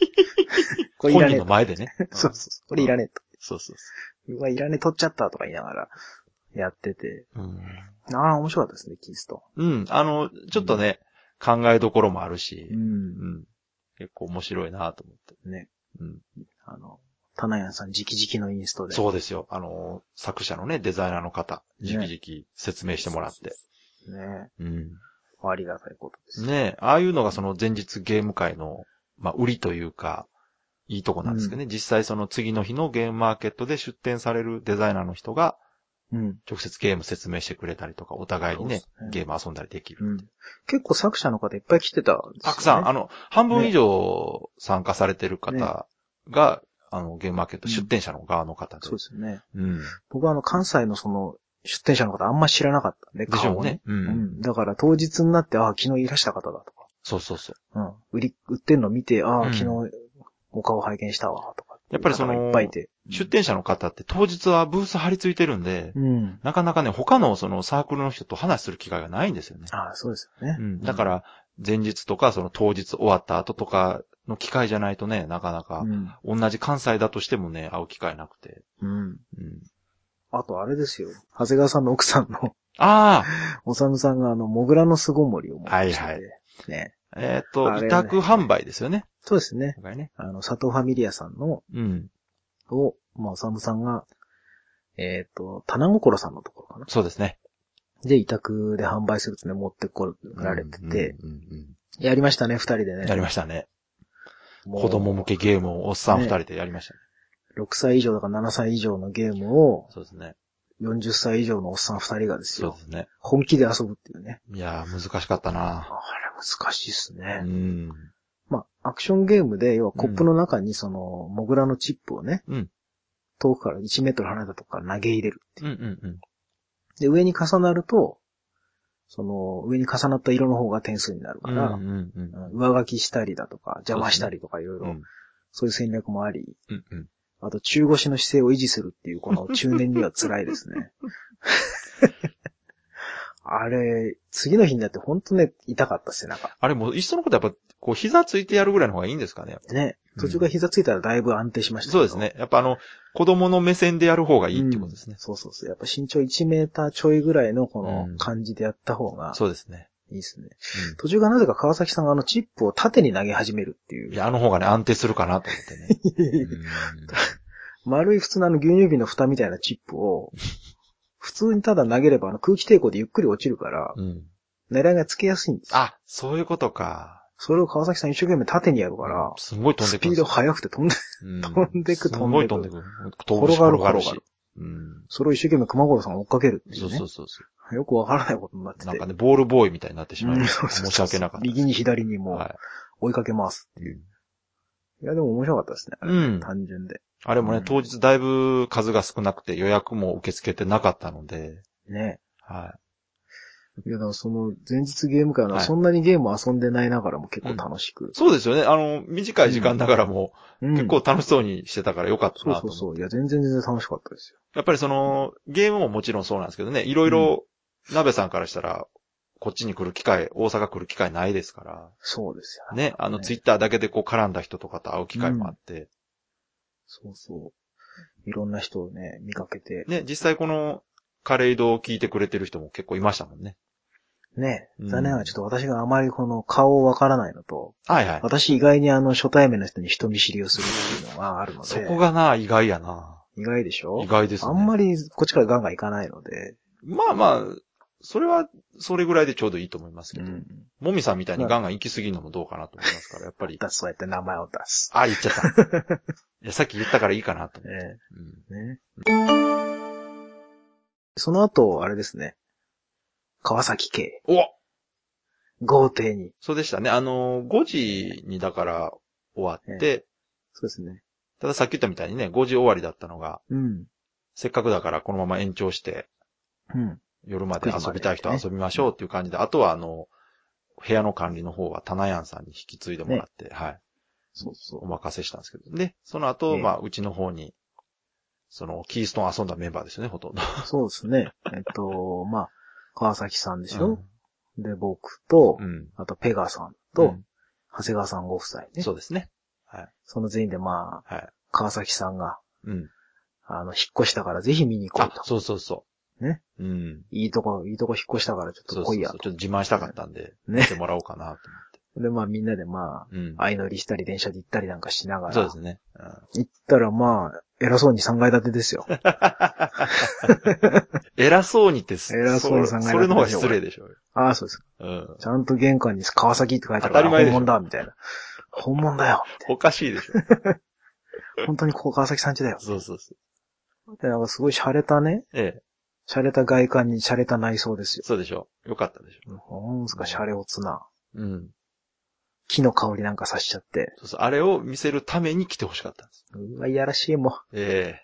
[SPEAKER 1] これい
[SPEAKER 2] 本
[SPEAKER 1] らね
[SPEAKER 2] 人
[SPEAKER 1] え
[SPEAKER 2] の
[SPEAKER 1] と。
[SPEAKER 2] 前でね。
[SPEAKER 1] そうそうそう、これいらねえと。
[SPEAKER 2] そうそう
[SPEAKER 1] うわ、いらねえ取っちゃったとか言いながら、やってて、
[SPEAKER 2] そう。うん
[SPEAKER 1] ああ、面白かったですね、キースト
[SPEAKER 2] うん。あの、ちょっとね、考えどころもあるし
[SPEAKER 1] ーン。、。
[SPEAKER 2] うんん。結構面白いなと思って。
[SPEAKER 1] ね。
[SPEAKER 2] うん。
[SPEAKER 1] あの、棚屋さん直々のインストで。
[SPEAKER 2] そうですよ。あの、作者のね、デザイナーの方、
[SPEAKER 1] ね
[SPEAKER 2] じ々説明してもらって。
[SPEAKER 1] う。ね。
[SPEAKER 2] うん。
[SPEAKER 1] ありがたいことです。
[SPEAKER 2] ねああいうのがその前日ゲーム会の、まあ、売りというか、いいとこなんですけどね。実際その次の日のゲームマーケットで出展されるデザイナーの人が、
[SPEAKER 1] うん。
[SPEAKER 2] 直接ゲーム説明してくれたりとか、お互いにね、
[SPEAKER 1] そうですね
[SPEAKER 2] ゲーム遊んだりできる。
[SPEAKER 1] うん。結構作者の方いっぱい来てたんですよね。
[SPEAKER 2] たくさん、あ
[SPEAKER 1] の、
[SPEAKER 2] の、半分以上参加されてる方が、あの、ゲームマーケット出展者の側の方で。
[SPEAKER 1] そうですよね。
[SPEAKER 2] うん。
[SPEAKER 1] 僕はあの、関西のその、出店者の方あんま知らなかったんで、
[SPEAKER 2] でし
[SPEAKER 1] 顔
[SPEAKER 2] ょ
[SPEAKER 1] を
[SPEAKER 2] うね
[SPEAKER 1] ね。。
[SPEAKER 2] う。
[SPEAKER 1] うんん。だから当日になって、ああ、昨日いらした方だとか。
[SPEAKER 2] そうそうそう。
[SPEAKER 1] うん。売り、売ってんの見て、あ
[SPEAKER 2] う
[SPEAKER 1] あ、
[SPEAKER 2] ん
[SPEAKER 1] 昨日お顔拝見したわ、とか。
[SPEAKER 2] やっぱりその
[SPEAKER 1] 方がいっぱいいて。
[SPEAKER 2] 出店者の方って当日はブース張り付いてるんで、
[SPEAKER 1] うん。
[SPEAKER 2] なかなかね、他のそのサークルの人と話する機会がないんですよね。
[SPEAKER 1] ああ、そうですよね。
[SPEAKER 2] うん。だか、ら、前日とか、その当日終わった後とかの機会じゃないとね、なかなか
[SPEAKER 1] う、ん。
[SPEAKER 2] 同じ関西だとしてもね、会う機会なくて。
[SPEAKER 1] うん。
[SPEAKER 2] うん。
[SPEAKER 1] あとあれですよ。長谷川さんの奥さんの、
[SPEAKER 2] あ
[SPEAKER 1] おさむさんがあの、モグラの巣ごもりを持ってきてて
[SPEAKER 2] はいはい
[SPEAKER 1] ね。
[SPEAKER 2] あえっ、
[SPEAKER 1] あ
[SPEAKER 2] と、
[SPEAKER 1] れね
[SPEAKER 2] 委託販売ですよね。
[SPEAKER 1] そうですね。
[SPEAKER 2] 今回ね。
[SPEAKER 1] あの、佐藤ファミリアさんの、
[SPEAKER 2] うん。
[SPEAKER 1] を、まあ、おさむさんが、えっ、と、棚心さんのところかな。
[SPEAKER 2] そうですね。
[SPEAKER 1] で、委託で販売するってね、持ってこられてて、
[SPEAKER 2] うんうん
[SPEAKER 1] やりましたね、二人で
[SPEAKER 2] う
[SPEAKER 1] ね。
[SPEAKER 2] ん。やりましたね。
[SPEAKER 1] もう
[SPEAKER 2] 子供向けゲームをおっさん
[SPEAKER 1] ね
[SPEAKER 2] 二人でやりましたね。
[SPEAKER 1] 6歳以上だから7歳以上のゲームを、
[SPEAKER 2] そうですね。
[SPEAKER 1] 40歳以上のおっさん二人がです
[SPEAKER 2] そう
[SPEAKER 1] よ
[SPEAKER 2] で。すね。
[SPEAKER 1] 本気で遊ぶっていうね。
[SPEAKER 2] いやー、難しかった
[SPEAKER 1] あ
[SPEAKER 2] な
[SPEAKER 1] れ難しいっす
[SPEAKER 2] う
[SPEAKER 1] ね。
[SPEAKER 2] ん。
[SPEAKER 1] まあ、アクションゲームで、要はコップの中にその、モグラのチップをね、
[SPEAKER 2] うん
[SPEAKER 1] 遠くから1メートル離れたとこから投げ入れる。
[SPEAKER 2] うんうんうん。
[SPEAKER 1] で、上に重なると、その、上に重なった色の方が点数になるから、
[SPEAKER 2] うんうんうん
[SPEAKER 1] うん上書きしたりだとか、邪魔したりとかいろいろ、そういう戦略もあり、
[SPEAKER 2] うんうん。
[SPEAKER 1] あと中腰の姿勢を維持するっていう、 この中年には辛いですね。あれ、次の日になってほんとね、痛かった背中。
[SPEAKER 2] あれもう、いっそのことやっぱ、こう、膝ついてやるぐらいの方がいいんですかね。
[SPEAKER 1] ね。途中から膝ついたらだいぶ安定しましたけ
[SPEAKER 2] そ
[SPEAKER 1] ど
[SPEAKER 2] うです。ね。やっぱあの、子供の目線でやる方がいいってことですね。
[SPEAKER 1] そうそうそう。やっぱ身長1メーターちょいぐらいのこ
[SPEAKER 2] うん
[SPEAKER 1] の感じでやった方が
[SPEAKER 2] そうですね。
[SPEAKER 1] いいですね。途中からなぜか川崎さんがあのチップを縦に投げ始めるってい
[SPEAKER 2] うん。
[SPEAKER 1] う。
[SPEAKER 2] いや、あの方がね、安定するかなと思ってね。
[SPEAKER 1] 丸い普通のあの牛乳瓶の蓋みたいなチップ を、普通にただ投げればあの空気抵抗でゆっくり落ちるから、
[SPEAKER 2] うん。うん
[SPEAKER 1] 狙いがつけやすいんですよ
[SPEAKER 2] あ、そういうことか。
[SPEAKER 1] それを川崎さん一生懸命縦にやるから、
[SPEAKER 2] すごい飛ん
[SPEAKER 1] ス
[SPEAKER 2] でく
[SPEAKER 1] ピ
[SPEAKER 2] る
[SPEAKER 1] ード速くて飛んで、
[SPEAKER 2] うん
[SPEAKER 1] 飛んでく
[SPEAKER 2] すごい飛
[SPEAKER 1] 飛
[SPEAKER 2] ん
[SPEAKER 1] ん
[SPEAKER 2] で
[SPEAKER 1] で
[SPEAKER 2] くる。
[SPEAKER 1] 転がる
[SPEAKER 2] 転がる
[SPEAKER 1] 転が
[SPEAKER 2] し
[SPEAKER 1] る。
[SPEAKER 2] うん。
[SPEAKER 1] それを一生懸命熊五郎さんが追っかけるってい
[SPEAKER 2] そうう
[SPEAKER 1] ね
[SPEAKER 2] そう。そうそ
[SPEAKER 1] よくわからないことになって
[SPEAKER 2] う。
[SPEAKER 1] て。
[SPEAKER 2] なんかね、ボールボーイみたいになってしま
[SPEAKER 1] う
[SPEAKER 2] い
[SPEAKER 1] んそうそうそう
[SPEAKER 2] 申し訳なかったです。
[SPEAKER 1] 右に左にも
[SPEAKER 2] は
[SPEAKER 1] う追いかけます。
[SPEAKER 2] い。
[SPEAKER 1] いや、でも面白かったですね。あれ
[SPEAKER 2] うん
[SPEAKER 1] 単純で。
[SPEAKER 2] あれも
[SPEAKER 1] う
[SPEAKER 2] ね、
[SPEAKER 1] ん
[SPEAKER 2] 当日だいぶ数が少なくて予約も受け付けてなかったので、
[SPEAKER 1] ね。
[SPEAKER 2] はい
[SPEAKER 1] や、だからその前日ゲーム会
[SPEAKER 2] は
[SPEAKER 1] はいそんなにゲーム遊んでないながらも結構楽しく
[SPEAKER 2] い。。そうですよね。あの、短い時間ながらも、
[SPEAKER 1] うん
[SPEAKER 2] 結構楽しそうにしてたからよかった
[SPEAKER 1] そう
[SPEAKER 2] なと
[SPEAKER 1] そ
[SPEAKER 2] 思
[SPEAKER 1] う
[SPEAKER 2] っ
[SPEAKER 1] そう。
[SPEAKER 2] て。
[SPEAKER 1] いや、全然全然楽しかったですよ。
[SPEAKER 2] やっぱりその、ゲームももちろんそうなんですけどね、いろいろ、鍋さんからしたら、こっちに来る機会、大阪来る機会ないですから、
[SPEAKER 1] そうですよ。
[SPEAKER 2] ね、あの、
[SPEAKER 1] ね
[SPEAKER 2] ツイッターだけでこう絡んだ人とかと会う機会もあって、
[SPEAKER 1] そうそう。いろんな人をね、見かけて。
[SPEAKER 2] ね、実際この、カレー移動を聞いてくれてる人も結構いましたもんね。
[SPEAKER 1] ね。
[SPEAKER 2] うん
[SPEAKER 1] 残念ながらちょっと私があまりこの顔をわからないのと、
[SPEAKER 2] はいはい。
[SPEAKER 1] 私意外にあの初対面の人に人見知りをするっていうのがあるので、
[SPEAKER 2] そこがな、意外やな。
[SPEAKER 1] 意外でしょ
[SPEAKER 2] 意外ですね。
[SPEAKER 1] あんま
[SPEAKER 2] り。
[SPEAKER 1] りこっちからガンガンいかないので、
[SPEAKER 2] まあまあ、それは、それぐらいでちょうどいいと思いますけど、もみさんみたいにガンガン行き過ぎるのもどうかなと思いますから、やっ ぱり
[SPEAKER 1] だ、そうやって名前を出す。
[SPEAKER 2] あ、言っちゃった。いや、さっき言ったからいいかなと思って。
[SPEAKER 1] え
[SPEAKER 2] うん
[SPEAKER 1] えねその後、あれですね。川崎系、
[SPEAKER 2] お
[SPEAKER 1] 豪邸に。
[SPEAKER 2] そうでしたね。あのー、5時にだから終わって、
[SPEAKER 1] そうですね。
[SPEAKER 2] たださっき言ったみたいにね、5時終わりだったのが、
[SPEAKER 1] うん。
[SPEAKER 2] せっかくだからこのまま延長して、
[SPEAKER 1] うん。
[SPEAKER 2] 夜まで遊びたい人
[SPEAKER 1] 9時まで
[SPEAKER 2] は
[SPEAKER 1] ね
[SPEAKER 2] 遊びましょうっていう感じで、あとはあの、部屋の管理の方は棚屋さんに引き継いでもらって、はい、
[SPEAKER 1] そうそ
[SPEAKER 2] お任せしたんですけど。で、その後、
[SPEAKER 1] ね
[SPEAKER 2] まあ、うちの方に、その、キーストーン遊んだメンバーですよね、ほとんど。
[SPEAKER 1] う。そうですね。えっと、まあ、川崎さんでし
[SPEAKER 2] う
[SPEAKER 1] ょ、
[SPEAKER 2] ん
[SPEAKER 1] で、僕と、
[SPEAKER 2] うん。
[SPEAKER 1] あとペガさんと、
[SPEAKER 2] うん
[SPEAKER 1] 長谷川さんご夫妻ね。
[SPEAKER 2] そうですね。
[SPEAKER 1] その全員でまあ、
[SPEAKER 2] はい。
[SPEAKER 1] 川崎さんが、
[SPEAKER 2] うん。
[SPEAKER 1] あの、引っ越したからぜひ見に行こ
[SPEAKER 2] あ
[SPEAKER 1] うと、。
[SPEAKER 2] そうそうそう。
[SPEAKER 1] ね。
[SPEAKER 2] うん。
[SPEAKER 1] いいとこ、いいとこ引っ越したからちょっ
[SPEAKER 2] そ
[SPEAKER 1] と
[SPEAKER 2] うそ
[SPEAKER 1] 来
[SPEAKER 2] う
[SPEAKER 1] いや
[SPEAKER 2] そう。ちょっと自慢したかったんで、
[SPEAKER 1] ね
[SPEAKER 2] 見てもらおうかなと思って。
[SPEAKER 1] で、まあみんなでまあ、
[SPEAKER 2] うん。
[SPEAKER 1] 相乗りしたり電車で行ったりなんかしながら、
[SPEAKER 2] そうですね。 うん
[SPEAKER 1] 行ったらまあ、偉そうに3階建てです よ。
[SPEAKER 2] 偉そうにってす、
[SPEAKER 1] 偉そうに考えなくて
[SPEAKER 2] それの方が失礼でしょうよ。
[SPEAKER 1] ああ、そうです。
[SPEAKER 2] うん。
[SPEAKER 1] ちゃんと玄関に川崎って書いてあるか
[SPEAKER 2] 当たり
[SPEAKER 1] ら
[SPEAKER 2] 前で
[SPEAKER 1] 本
[SPEAKER 2] しょ
[SPEAKER 1] 物だ、みたいな。本物だよ。
[SPEAKER 2] おかしいでしょ。
[SPEAKER 1] 本当にここ川崎さん家だよ。
[SPEAKER 2] そうそうそう。
[SPEAKER 1] で、なんかすごい洒落たね、
[SPEAKER 2] ええ、
[SPEAKER 1] 洒落た外観に洒落た内装ですよ。
[SPEAKER 2] そうでしょ。よかったでしょ。
[SPEAKER 1] うん、すか、洒落おつな。
[SPEAKER 2] うん。
[SPEAKER 1] 木の香りなんかさしちゃって。
[SPEAKER 2] そうそう。あれを見せるために来てほしかったんです。
[SPEAKER 1] うわ、いやらしいもん。
[SPEAKER 2] え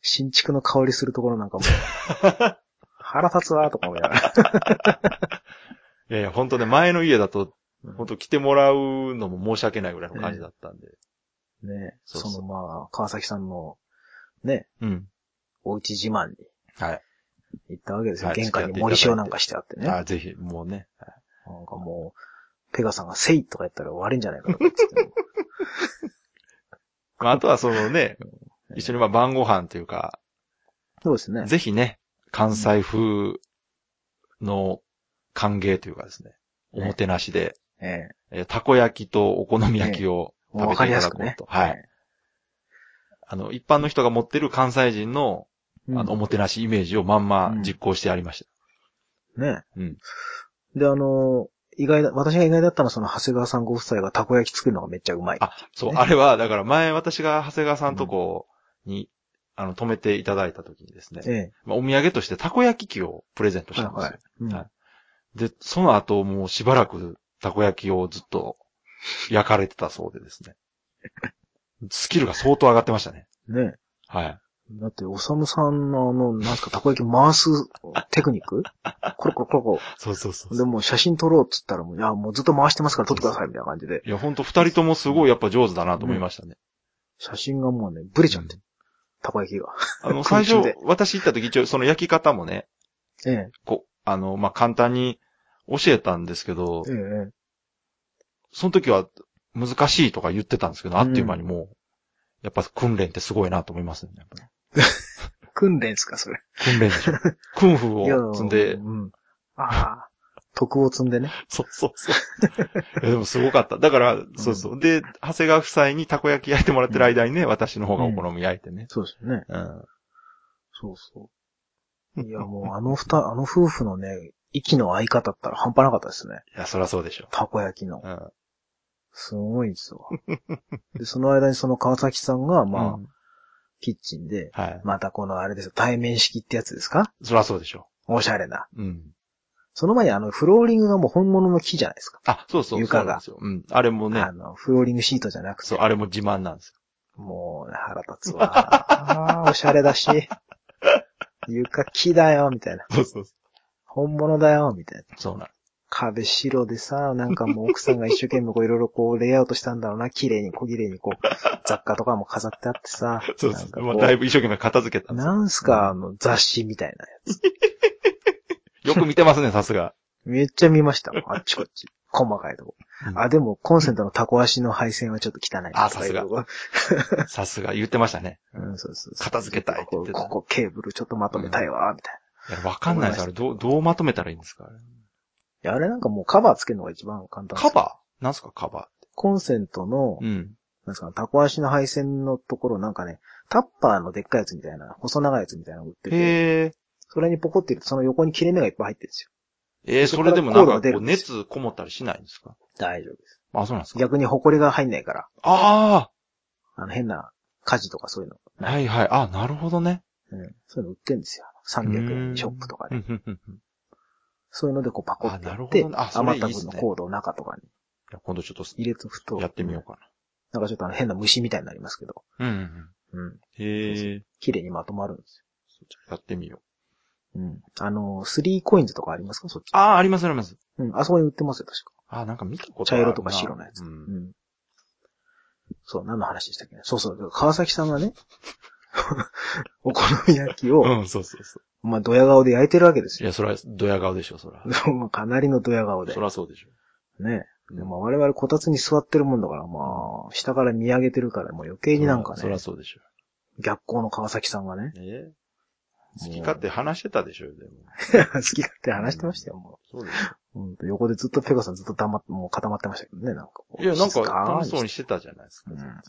[SPEAKER 1] 新築の香りするところなんかもう、 腹立つわ、とか思いながら。
[SPEAKER 2] え。いやいや、本当ね、前の家だと、
[SPEAKER 1] うん
[SPEAKER 2] 本当来てもらうのも申し訳ないぐらいの感じだったんで。
[SPEAKER 1] ね
[SPEAKER 2] そうそう
[SPEAKER 1] そのまあ、川崎さんのね、
[SPEAKER 2] うん。
[SPEAKER 1] おうち自慢に
[SPEAKER 2] はい。
[SPEAKER 1] 行ったわけですよ。
[SPEAKER 2] はい
[SPEAKER 1] 玄関に森塩なんかしてあってね。
[SPEAKER 2] あぜひ、もうね。はい
[SPEAKER 1] なんかもう、ペガさんがせいとかやったら悪いんじゃないか とか言ってても
[SPEAKER 2] まあ、あとはそのね、一緒にまあ晩ご飯というか、
[SPEAKER 1] そうですね。
[SPEAKER 2] ぜひね、関西風の歓迎というかですね、お
[SPEAKER 1] ね
[SPEAKER 2] もてなしで、
[SPEAKER 1] ええ
[SPEAKER 2] えーたこ焼きとお好み焼きを
[SPEAKER 1] もう
[SPEAKER 2] 食べ
[SPEAKER 1] わか
[SPEAKER 2] て
[SPEAKER 1] り
[SPEAKER 2] いた
[SPEAKER 1] や
[SPEAKER 2] だ
[SPEAKER 1] す
[SPEAKER 2] こ
[SPEAKER 1] く
[SPEAKER 2] うと。
[SPEAKER 1] ね。
[SPEAKER 2] はい。あの、一般の人が持ってる関西人の、
[SPEAKER 1] うん。
[SPEAKER 2] あの、おもてなしイメージをまんま実行してありまし
[SPEAKER 1] ね。
[SPEAKER 2] うん
[SPEAKER 1] で、あの、意外だ、私が意外だったのはその長谷川さんご夫妻がたこ焼き作るのがめっちゃうまい。
[SPEAKER 2] た。あ、そう、あれは、だから前私が長谷川さんとこに、あの、止めていただいた時にですね、
[SPEAKER 1] ええ。
[SPEAKER 2] まあ、お土産としてたこ焼き器をプレゼントしたんです
[SPEAKER 1] は
[SPEAKER 2] よ。
[SPEAKER 1] いはいうん
[SPEAKER 2] はいで、その後もうしばらくたこ焼きをずっと焼かれてたそうでですね。 スキルが相当上がってましたね。
[SPEAKER 1] ね。
[SPEAKER 2] はい。
[SPEAKER 1] だって、おさむさんのあの、なんすか、たこ焼き回すテクニックコロコロコロコ
[SPEAKER 2] そうそうそ
[SPEAKER 1] ロ。で、もう写真撮ろうっつったらもう、いや、もうずっと回してますから撮ってくださいみたいな感じで。
[SPEAKER 2] いや、ほんと二人ともすごいやっぱ上手だなと思いましたね。
[SPEAKER 1] 写真がもうね、ブレちゃって、たこ焼きが。
[SPEAKER 2] あの、最
[SPEAKER 1] 空中
[SPEAKER 2] 初
[SPEAKER 1] で、
[SPEAKER 2] 私行った時一応その焼き方もね、
[SPEAKER 1] ええ、
[SPEAKER 2] こう、あの、まあ、簡単に教えたんですけど
[SPEAKER 1] え、え、
[SPEAKER 2] その時は難しいとか言ってたんですけど、あっという間にもう、やっぱ訓練ってすごいなと思いますね。やっぱり
[SPEAKER 1] 訓練っすか、それ。
[SPEAKER 2] 訓練で しょ。クンフ
[SPEAKER 1] いや
[SPEAKER 2] ーを積んで
[SPEAKER 1] う、ん。ああ、徳を積んでね。
[SPEAKER 2] そうそう そう。いやでもすごかった。だから、そうそう。で、長谷川夫妻にたこ焼き焼いてもらってる間にね、私の方がお好み焼いてね。
[SPEAKER 1] そうですよね。
[SPEAKER 2] うん。
[SPEAKER 1] そうそう。いや、もうあのふた、あの夫婦のね、息の合い方ったら半端なかったですね。
[SPEAKER 2] いや、そらそうでしょ。
[SPEAKER 1] たこ焼きの。
[SPEAKER 2] うん。
[SPEAKER 1] すごい ですわ。で、その間にその川崎さんが、まあ、
[SPEAKER 2] うん
[SPEAKER 1] キッチンで、
[SPEAKER 2] はい。
[SPEAKER 1] またこのあれですよ、対面式ってやつですか
[SPEAKER 2] そらそうでしょ。
[SPEAKER 1] おしゃれな。
[SPEAKER 2] うん。
[SPEAKER 1] その前にあの、フローリングがもう本物の木じゃないですか。
[SPEAKER 2] あ、そうそう。
[SPEAKER 1] 床が
[SPEAKER 2] そうなんですよ。うん。あれもね
[SPEAKER 1] あ、の、フローリングシートじゃなく
[SPEAKER 2] そ
[SPEAKER 1] て
[SPEAKER 2] う、、あれも自慢なんです
[SPEAKER 1] もう腹立つわ。ああ、おしゃれだし。床木だよ、みたいな。
[SPEAKER 2] よ。そうそうそ
[SPEAKER 1] 本物だよ、みたいな。
[SPEAKER 2] う。そうなんです。
[SPEAKER 1] 壁白でさ、なんかもう奥さんが一生懸命こういろいろこうレイアウトしたんだろうな、綺麗に小綺麗にこう雑貨とかも飾ってあってさ、
[SPEAKER 2] そう
[SPEAKER 1] な
[SPEAKER 2] そ
[SPEAKER 1] ん
[SPEAKER 2] う。
[SPEAKER 1] か
[SPEAKER 2] ま
[SPEAKER 1] こ
[SPEAKER 2] あ、
[SPEAKER 1] う
[SPEAKER 2] だいぶ一生懸命片付けたんですよ
[SPEAKER 1] なんすかあの雑誌みたいなやつ。
[SPEAKER 2] よく見てますね、さすが。
[SPEAKER 1] めっちゃ見ましたもん、あっちこっち。細かいとこ
[SPEAKER 2] う。ん
[SPEAKER 1] あ、でもコンセントのタコ足の配線はちょっと汚いなとか
[SPEAKER 2] あさ
[SPEAKER 1] い
[SPEAKER 2] すが
[SPEAKER 1] ろいろ
[SPEAKER 2] さすが。言ってましたね。
[SPEAKER 1] うん、そうそうそう
[SPEAKER 2] 片付けたいって言
[SPEAKER 1] こ
[SPEAKER 2] って
[SPEAKER 1] こ
[SPEAKER 2] た
[SPEAKER 1] ここケーブルちょっとまとめたいわ、みたい
[SPEAKER 2] いや、わかんないです。あれ、どう、どうまとめたらいいんですかあれ
[SPEAKER 1] な。いや、あれなんかもうカバーつけるのが一番簡単です
[SPEAKER 2] カバーなんすか、カバ
[SPEAKER 1] コンセントの
[SPEAKER 2] ー。、うん。
[SPEAKER 1] なんですか、タコ足の配線のところなんかね、タッパーのでっかいやつみたいな、細長いやつみたいなの売ってて、
[SPEAKER 2] へー。
[SPEAKER 1] それにポコって入れて、その横に切れ目がいっぱい入ってるんですよ。
[SPEAKER 2] ええ
[SPEAKER 1] そ
[SPEAKER 2] そ
[SPEAKER 1] こ
[SPEAKER 2] れ
[SPEAKER 1] から
[SPEAKER 2] でもな
[SPEAKER 1] コ
[SPEAKER 2] ん
[SPEAKER 1] ード
[SPEAKER 2] か
[SPEAKER 1] が出
[SPEAKER 2] こ
[SPEAKER 1] る
[SPEAKER 2] うん
[SPEAKER 1] です
[SPEAKER 2] 熱こもったりしないんですか
[SPEAKER 1] 大丈夫です。
[SPEAKER 2] あ、そうなんですか
[SPEAKER 1] 逆に埃が入んないから、
[SPEAKER 2] あ
[SPEAKER 1] あの変な火事とかそういうの、
[SPEAKER 2] あはいはい。あなるほどね。
[SPEAKER 1] うん、そういうの売ってるんですよ。300円ショップとか
[SPEAKER 2] う
[SPEAKER 1] で。
[SPEAKER 2] んうんうんうんい
[SPEAKER 1] そういうのでこうパコってや
[SPEAKER 2] あなる
[SPEAKER 1] っ
[SPEAKER 2] ほど
[SPEAKER 1] て
[SPEAKER 2] ね、あそれい
[SPEAKER 1] 余
[SPEAKER 2] い
[SPEAKER 1] っ
[SPEAKER 2] で
[SPEAKER 1] た
[SPEAKER 2] すね
[SPEAKER 1] 分のコードを中とかに
[SPEAKER 2] や今度ちょっと
[SPEAKER 1] 入れとくと、
[SPEAKER 2] やってみようか
[SPEAKER 1] なんかちょっとあの変な虫みたいになりますけど、
[SPEAKER 2] な。うんうんうん。
[SPEAKER 1] うん、
[SPEAKER 2] へえ。
[SPEAKER 1] 綺麗にまとまるんです
[SPEAKER 2] やってみよう。
[SPEAKER 1] よ。うん。あの、スリーコインズとかありますかそっち。
[SPEAKER 2] ああ、ありますあります。
[SPEAKER 1] うん、あそこに売ってますよ、確か。
[SPEAKER 2] あーなんか見たこと
[SPEAKER 1] 茶
[SPEAKER 2] ある
[SPEAKER 1] 色
[SPEAKER 2] な
[SPEAKER 1] とか白のやつ。
[SPEAKER 2] う。
[SPEAKER 1] うんん。そう、何の話でしたっけね。そうそう、川崎さんがね、 お好み焼きを、
[SPEAKER 2] うん、そうそうそ
[SPEAKER 1] まあ、ドヤ顔で焼いてるわけです
[SPEAKER 2] う。い
[SPEAKER 1] よ。
[SPEAKER 2] や、それは、ドヤ顔でしょ、そら。
[SPEAKER 1] ま あかなりのドヤ顔で
[SPEAKER 2] そ。らそうでしょ。
[SPEAKER 1] ね。で
[SPEAKER 2] うん
[SPEAKER 1] まあ、我々こたつに座ってるもんだから、まあ、下から見上げてるから、もう余計になんか
[SPEAKER 2] そら
[SPEAKER 1] ね、
[SPEAKER 2] そうでしょ。
[SPEAKER 1] 逆光の川崎さんがね、
[SPEAKER 2] ええ。好き勝手話してたでしょ、でも。
[SPEAKER 1] 好き勝手話してましたよ、も
[SPEAKER 2] そうでし
[SPEAKER 1] う。うんと、横でずっとペガさんずっと黙って、もう固まってましたけどね、なんかこ
[SPEAKER 2] ょ。
[SPEAKER 1] う。
[SPEAKER 2] いや、なん
[SPEAKER 1] 静
[SPEAKER 2] か
[SPEAKER 1] か
[SPEAKER 2] 楽しそう
[SPEAKER 1] に
[SPEAKER 2] にしてたじゃないですか。
[SPEAKER 1] う
[SPEAKER 2] ずっ
[SPEAKER 1] ん
[SPEAKER 2] と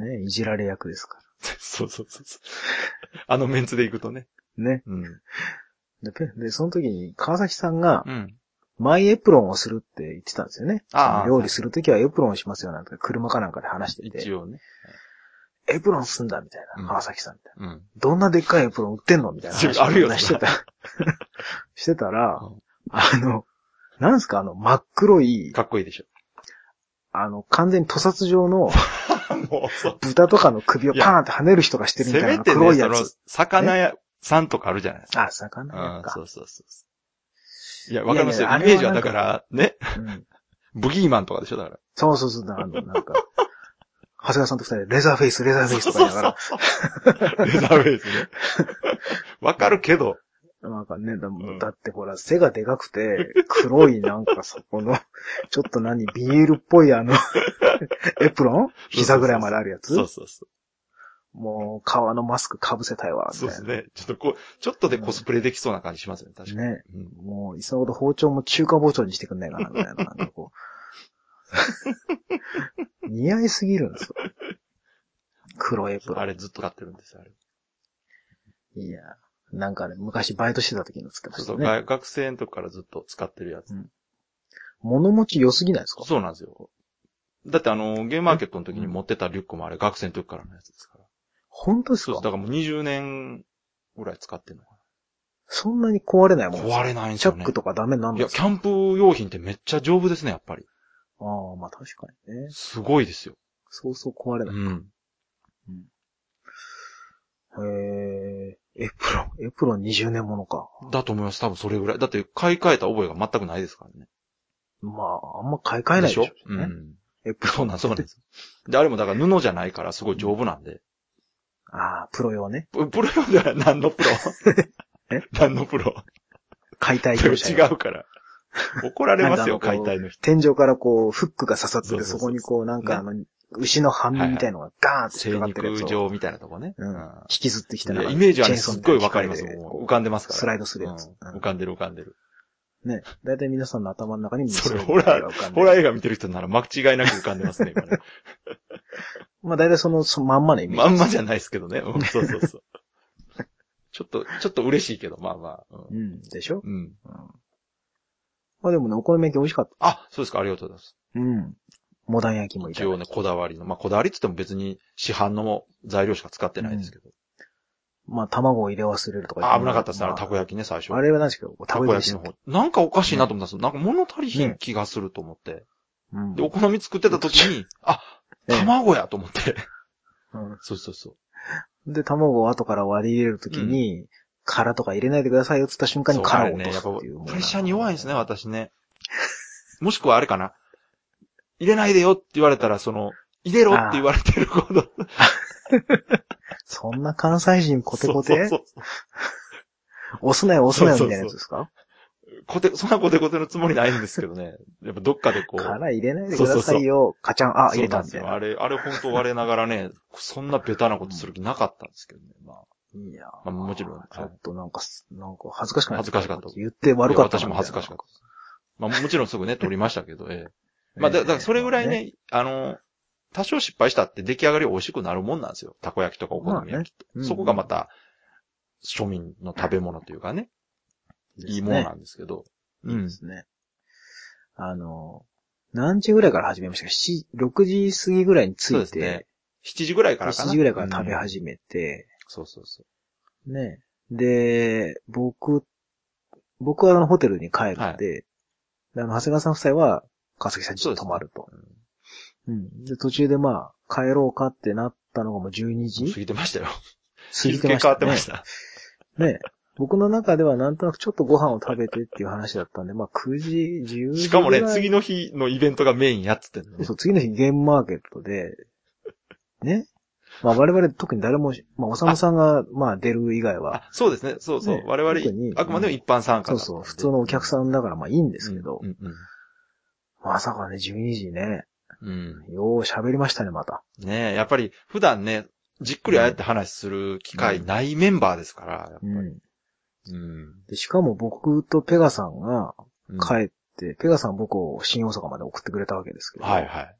[SPEAKER 2] うん
[SPEAKER 1] ね、いじられ役ですか
[SPEAKER 2] そうそうそうそう。あのメンツで行くとね。
[SPEAKER 1] ら。ね。
[SPEAKER 2] うん。
[SPEAKER 1] で、ペでその時に川崎さんが、
[SPEAKER 2] うん。
[SPEAKER 1] マイエプロンをするって言ってたんですよね。
[SPEAKER 2] ああ
[SPEAKER 1] その料理するときはエプロンをしますよなんて、車かなんかで話して
[SPEAKER 2] 一
[SPEAKER 1] て。
[SPEAKER 2] 応ね。
[SPEAKER 1] エプロンすんだみたいうな、
[SPEAKER 2] ん
[SPEAKER 1] 川崎さんみたいな。
[SPEAKER 2] うん。
[SPEAKER 1] どんなでっかいエプロン売ってんのみたいな話を
[SPEAKER 2] あるよ
[SPEAKER 1] してた。 してたら
[SPEAKER 2] うん、
[SPEAKER 1] あの、なんすかあの、真っ黒い、
[SPEAKER 2] かっこいいで しょ。
[SPEAKER 1] あの、完全に屠殺状 の
[SPEAKER 2] もう、そう。
[SPEAKER 1] 豚とかの首をパーンって跳ねる人がして
[SPEAKER 2] せ
[SPEAKER 1] るみたい
[SPEAKER 2] め
[SPEAKER 1] な
[SPEAKER 2] て
[SPEAKER 1] 黒
[SPEAKER 2] ね、
[SPEAKER 1] い
[SPEAKER 2] そ
[SPEAKER 1] や
[SPEAKER 2] の
[SPEAKER 1] つ。、
[SPEAKER 2] 魚屋さんとかあるじゃないですか。
[SPEAKER 1] あ、魚
[SPEAKER 2] う
[SPEAKER 1] や
[SPEAKER 2] ん、
[SPEAKER 1] か
[SPEAKER 2] そう。そうそう。いや、わかりますよ。
[SPEAKER 1] いや
[SPEAKER 2] イ
[SPEAKER 1] いや
[SPEAKER 2] メージ
[SPEAKER 1] あ
[SPEAKER 2] は
[SPEAKER 1] れはな
[SPEAKER 2] だ
[SPEAKER 1] んか
[SPEAKER 2] から、ね、
[SPEAKER 1] うん
[SPEAKER 2] ブギーマンとかでしょ、だから。
[SPEAKER 1] そうそうそう、あの、なんか、長谷川さんと二人で、レザーフェイス、レザーフェイスとか言いながら。
[SPEAKER 2] レザーフェイスね。わかるけど。
[SPEAKER 1] なんかね、だも
[SPEAKER 2] うん
[SPEAKER 1] だってほら、背がでかくて、黒いなんかそこの、ちょっと何、ビールっぽいあの、 エプロン膝ぐらいまであるやつ
[SPEAKER 2] そうそうそう。
[SPEAKER 1] もう、革のマスク被せたいわ、みた
[SPEAKER 2] そ
[SPEAKER 1] いうな。
[SPEAKER 2] ですね。ちょっとこう、ちょっとでコスプレできそうな感じしますよね、確かに。
[SPEAKER 1] ね。
[SPEAKER 2] うん
[SPEAKER 1] もう、いっそのこと包丁も中華包丁にしてくんないかな、みたいな。なんかこ う。似合いすぎるんですよ。黒エプロ
[SPEAKER 2] あ
[SPEAKER 1] ン。
[SPEAKER 2] れずっと買ってるんですよ、あれ。
[SPEAKER 1] いや、なんかね、昔バイトしてた時のつってま
[SPEAKER 2] そう
[SPEAKER 1] し
[SPEAKER 2] そ
[SPEAKER 1] た
[SPEAKER 2] う、
[SPEAKER 1] ね。
[SPEAKER 2] が学生の時からずっと使ってるやつ。
[SPEAKER 1] 物持ち良すぎないですか
[SPEAKER 2] そうなんですよ。だってあの、ゲームマーケットの時に持ってたリュックもあれ学生の時からのやつですから。
[SPEAKER 1] 本当です
[SPEAKER 2] そうです。
[SPEAKER 1] か
[SPEAKER 2] だからもう20年ぐらい使ってるのか
[SPEAKER 1] そんなに壊れない
[SPEAKER 2] な。
[SPEAKER 1] もん
[SPEAKER 2] 壊れないんです
[SPEAKER 1] チャ
[SPEAKER 2] よ
[SPEAKER 1] ッ
[SPEAKER 2] ね。
[SPEAKER 1] クとかダメになんない
[SPEAKER 2] いや、
[SPEAKER 1] んで
[SPEAKER 2] キ
[SPEAKER 1] すか
[SPEAKER 2] ャンプ用品ってめっちゃ丈夫ですね、やっぱり。
[SPEAKER 1] ああ、まあ確かにね。
[SPEAKER 2] すごいですよ。
[SPEAKER 1] そうそう壊れ
[SPEAKER 2] う
[SPEAKER 1] ない。
[SPEAKER 2] ん。
[SPEAKER 1] へえ、エプロン、エプロン20年ものか。
[SPEAKER 2] だと思います。多分それぐらい。だって買い替えた覚えが全くないですからね。
[SPEAKER 1] まあ、あんま買い替えないでしょ
[SPEAKER 2] でう
[SPEAKER 1] ね
[SPEAKER 2] ん。
[SPEAKER 1] エプ
[SPEAKER 2] そ
[SPEAKER 1] ロ
[SPEAKER 2] う
[SPEAKER 1] ン
[SPEAKER 2] な、
[SPEAKER 1] なんん
[SPEAKER 2] そう
[SPEAKER 1] て
[SPEAKER 2] なんです。で、あれもだから布じゃないからすごい丈夫なんで。
[SPEAKER 1] ああ、プロ用ね。
[SPEAKER 2] ププロでは何のプロ
[SPEAKER 1] え
[SPEAKER 2] 何のプロ
[SPEAKER 1] 解体業者
[SPEAKER 2] 違
[SPEAKER 1] や。
[SPEAKER 2] うから。怒られますよ、
[SPEAKER 1] なんかあの
[SPEAKER 2] 解体の人。
[SPEAKER 1] 天井からこう、フックが刺さって
[SPEAKER 2] そう
[SPEAKER 1] て、
[SPEAKER 2] そ
[SPEAKER 1] そう
[SPEAKER 2] そう
[SPEAKER 1] こにこう、なんかあの、牛の半身みたいのがガーンって
[SPEAKER 2] 精
[SPEAKER 1] 引っかかってるやつ
[SPEAKER 2] 肉
[SPEAKER 1] を、
[SPEAKER 2] 状みたいなとこね。
[SPEAKER 1] うん
[SPEAKER 2] うん
[SPEAKER 1] 引きずってきた
[SPEAKER 2] い
[SPEAKER 1] なん
[SPEAKER 2] や
[SPEAKER 1] か
[SPEAKER 2] イメージは
[SPEAKER 1] チェ
[SPEAKER 2] ね、
[SPEAKER 1] ーンソー
[SPEAKER 2] すっ
[SPEAKER 1] みた
[SPEAKER 2] ごい
[SPEAKER 1] な
[SPEAKER 2] わかります。
[SPEAKER 1] 機械で
[SPEAKER 2] も
[SPEAKER 1] こ
[SPEAKER 2] う
[SPEAKER 1] う
[SPEAKER 2] 浮かんでますから。
[SPEAKER 1] スライドするやつ
[SPEAKER 2] うん
[SPEAKER 1] うん
[SPEAKER 2] 浮かんでる浮かんでる。
[SPEAKER 1] ね。だいたい皆さんの頭の中に
[SPEAKER 2] それ
[SPEAKER 1] そういうのが浮かんで
[SPEAKER 2] ホ
[SPEAKER 1] る
[SPEAKER 2] ラー映画見てる人なら間違いなく浮かんでます ね、今ね。
[SPEAKER 1] まあだいたいその、そのまんまのイメージ。
[SPEAKER 2] まんまじゃないですけどね。うんそうそう そう。ちょっと、ちょっと嬉しいけど、まあまあ。うん
[SPEAKER 1] うん、でしょ
[SPEAKER 2] うん。
[SPEAKER 1] まあでもね、お好み焼き美味しかっ
[SPEAKER 2] あ、そうですか、ありがとうございます。
[SPEAKER 1] た。うん。モダン焼きもいただ
[SPEAKER 2] 一
[SPEAKER 1] い
[SPEAKER 2] 応
[SPEAKER 1] て。
[SPEAKER 2] ね、こだわりの。まあ、こだわりって言っても別に市販の材料しか使ってないですけど。
[SPEAKER 1] まあ卵を入れ忘れるとか言
[SPEAKER 2] あ、
[SPEAKER 1] て
[SPEAKER 2] 危なかったですね、あれ、
[SPEAKER 1] ま
[SPEAKER 2] たこ焼きね、最初。
[SPEAKER 1] あれは何ですけど、
[SPEAKER 2] た
[SPEAKER 1] た
[SPEAKER 2] こ
[SPEAKER 1] こ焼
[SPEAKER 2] 焼き
[SPEAKER 1] き
[SPEAKER 2] の
[SPEAKER 1] の
[SPEAKER 2] 方。なんかおかしいなと思ったんですなんか物足りひん気がすると思って。
[SPEAKER 1] うん
[SPEAKER 2] で、お好み作ってた時に、あ、
[SPEAKER 1] ええ
[SPEAKER 2] 卵やと思って。
[SPEAKER 1] うん
[SPEAKER 2] そうそうそう。
[SPEAKER 1] で、卵を後から割り入れるときに、殻とか入れないでくださいよって言った瞬間に
[SPEAKER 2] そうあ
[SPEAKER 1] 殻
[SPEAKER 2] れ
[SPEAKER 1] を落と
[SPEAKER 2] ね、や
[SPEAKER 1] す
[SPEAKER 2] っぱ、
[SPEAKER 1] っていう。
[SPEAKER 2] プレッシャーに弱いんですね、。私ね。もしくはあれかな。入れないでよって言われたら、その、入れろって言われてること。
[SPEAKER 1] そんな関西人コテコテ
[SPEAKER 2] そうそうそ
[SPEAKER 1] 押すなよ押すなよみたいなやつですか
[SPEAKER 2] うコテ、そんなコテコテのつもりないんですけどね。やっぱどっかでこう。
[SPEAKER 1] 殻入れないでくださいよ。カチャン、あ、入れたみたい
[SPEAKER 2] そうな
[SPEAKER 1] な。
[SPEAKER 2] んですよあれ、あれ本当我ながらね、そんなベタなことする気なかったんですけどね。まあ、
[SPEAKER 1] いや
[SPEAKER 2] まあもちろん
[SPEAKER 1] ち
[SPEAKER 2] はい
[SPEAKER 1] ょっとなんか、なんか恥ずかしくな
[SPEAKER 2] 恥ずかしかった
[SPEAKER 1] 言って悪かった
[SPEAKER 2] いや私も恥ずかしかった
[SPEAKER 1] た。
[SPEAKER 2] まあもちろんすぐね、取りましたけど、ええ。まあだ、だからそれぐらい
[SPEAKER 1] まあ。
[SPEAKER 2] ね、あの、多少失敗したって出来上がり美味しくなるもんなんですよ。たこ焼きとかお好み焼き
[SPEAKER 1] まあね
[SPEAKER 2] そこがまた、庶民の食べ物というかね、いいものなんですけど。
[SPEAKER 1] う。
[SPEAKER 2] うんん
[SPEAKER 1] で。すね。あの、何時ぐらいから始めましたかし ?6 時過ぎぐらいに着
[SPEAKER 2] そうで
[SPEAKER 1] い
[SPEAKER 2] すね
[SPEAKER 1] て、。
[SPEAKER 2] 7時ぐらいからかな。
[SPEAKER 1] 7時ぐらいから食べ
[SPEAKER 2] うん
[SPEAKER 1] 始めて、
[SPEAKER 2] そうそうそ
[SPEAKER 1] ね。で、僕、僕はあのホテルに帰る
[SPEAKER 2] は
[SPEAKER 1] んで、であの、長谷川さん夫妻は川崎さんに
[SPEAKER 2] そうですね
[SPEAKER 1] 泊まると。うん。で、途中でまあ、帰ろうかってなったのがもう12
[SPEAKER 2] う。
[SPEAKER 1] 時
[SPEAKER 2] 過ぎてましたよ。
[SPEAKER 1] 過ぎて
[SPEAKER 2] 日
[SPEAKER 1] ま
[SPEAKER 2] 付
[SPEAKER 1] し
[SPEAKER 2] 変わ
[SPEAKER 1] た
[SPEAKER 2] って
[SPEAKER 1] ね
[SPEAKER 2] ま。した。
[SPEAKER 1] ね。僕の中ではなんとなくちょっとご飯を食べてっていう話だったんで、まあ9時、10時ぐらい。
[SPEAKER 2] しかもね、次の日のイベントがメインやっつってんのね
[SPEAKER 1] そう、次の日ゲームマーケットで、ね。まあ我々特に誰も、まあおさむさんが、まあ出る以外は、
[SPEAKER 2] あ、そうですね。そうそう。
[SPEAKER 1] ね
[SPEAKER 2] 我々
[SPEAKER 1] 特に、
[SPEAKER 2] あくまでも一般参加
[SPEAKER 1] そ
[SPEAKER 2] だ
[SPEAKER 1] うそう、
[SPEAKER 2] ったんで
[SPEAKER 1] 普通のお客さんだからまあいいんですけど、
[SPEAKER 2] うんうん
[SPEAKER 1] まさかね、12時ね、
[SPEAKER 2] うん。うん
[SPEAKER 1] よう喋りましたね、また。
[SPEAKER 2] ねえ、やっぱり普段ね、じっくりああやって話する機会ないメンバーですから、やっぱ
[SPEAKER 1] う
[SPEAKER 2] り。
[SPEAKER 1] ん。
[SPEAKER 2] うん。
[SPEAKER 1] で、しかも僕とペガさんが
[SPEAKER 2] うん
[SPEAKER 1] 帰って、ペガさんは僕を新大阪まで送ってくれたわけですけど、
[SPEAKER 2] はいはい。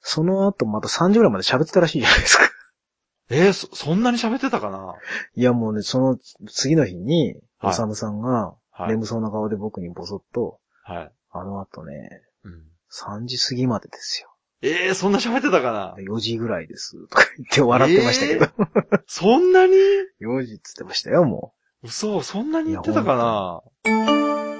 [SPEAKER 1] その後また3時ぐらいまで喋ってたらしいじゃないですか。
[SPEAKER 2] えーそ、そんなに喋ってたかない
[SPEAKER 1] やもうね、その次の日に、
[SPEAKER 2] は
[SPEAKER 1] お
[SPEAKER 2] い
[SPEAKER 1] さむさんが、
[SPEAKER 2] はい。
[SPEAKER 1] 眠そうな顔で僕にボソッと、
[SPEAKER 2] はい。
[SPEAKER 1] あの後ね、
[SPEAKER 2] うん
[SPEAKER 1] 3時過ぎまでですよ。
[SPEAKER 2] ええそんな喋ってたかな
[SPEAKER 1] 4時ぐらいです。とか言って笑ってましたけど。
[SPEAKER 2] そんなに
[SPEAKER 1] 4時って言ってましたよ、も
[SPEAKER 2] 嘘、そんなに言ってたかな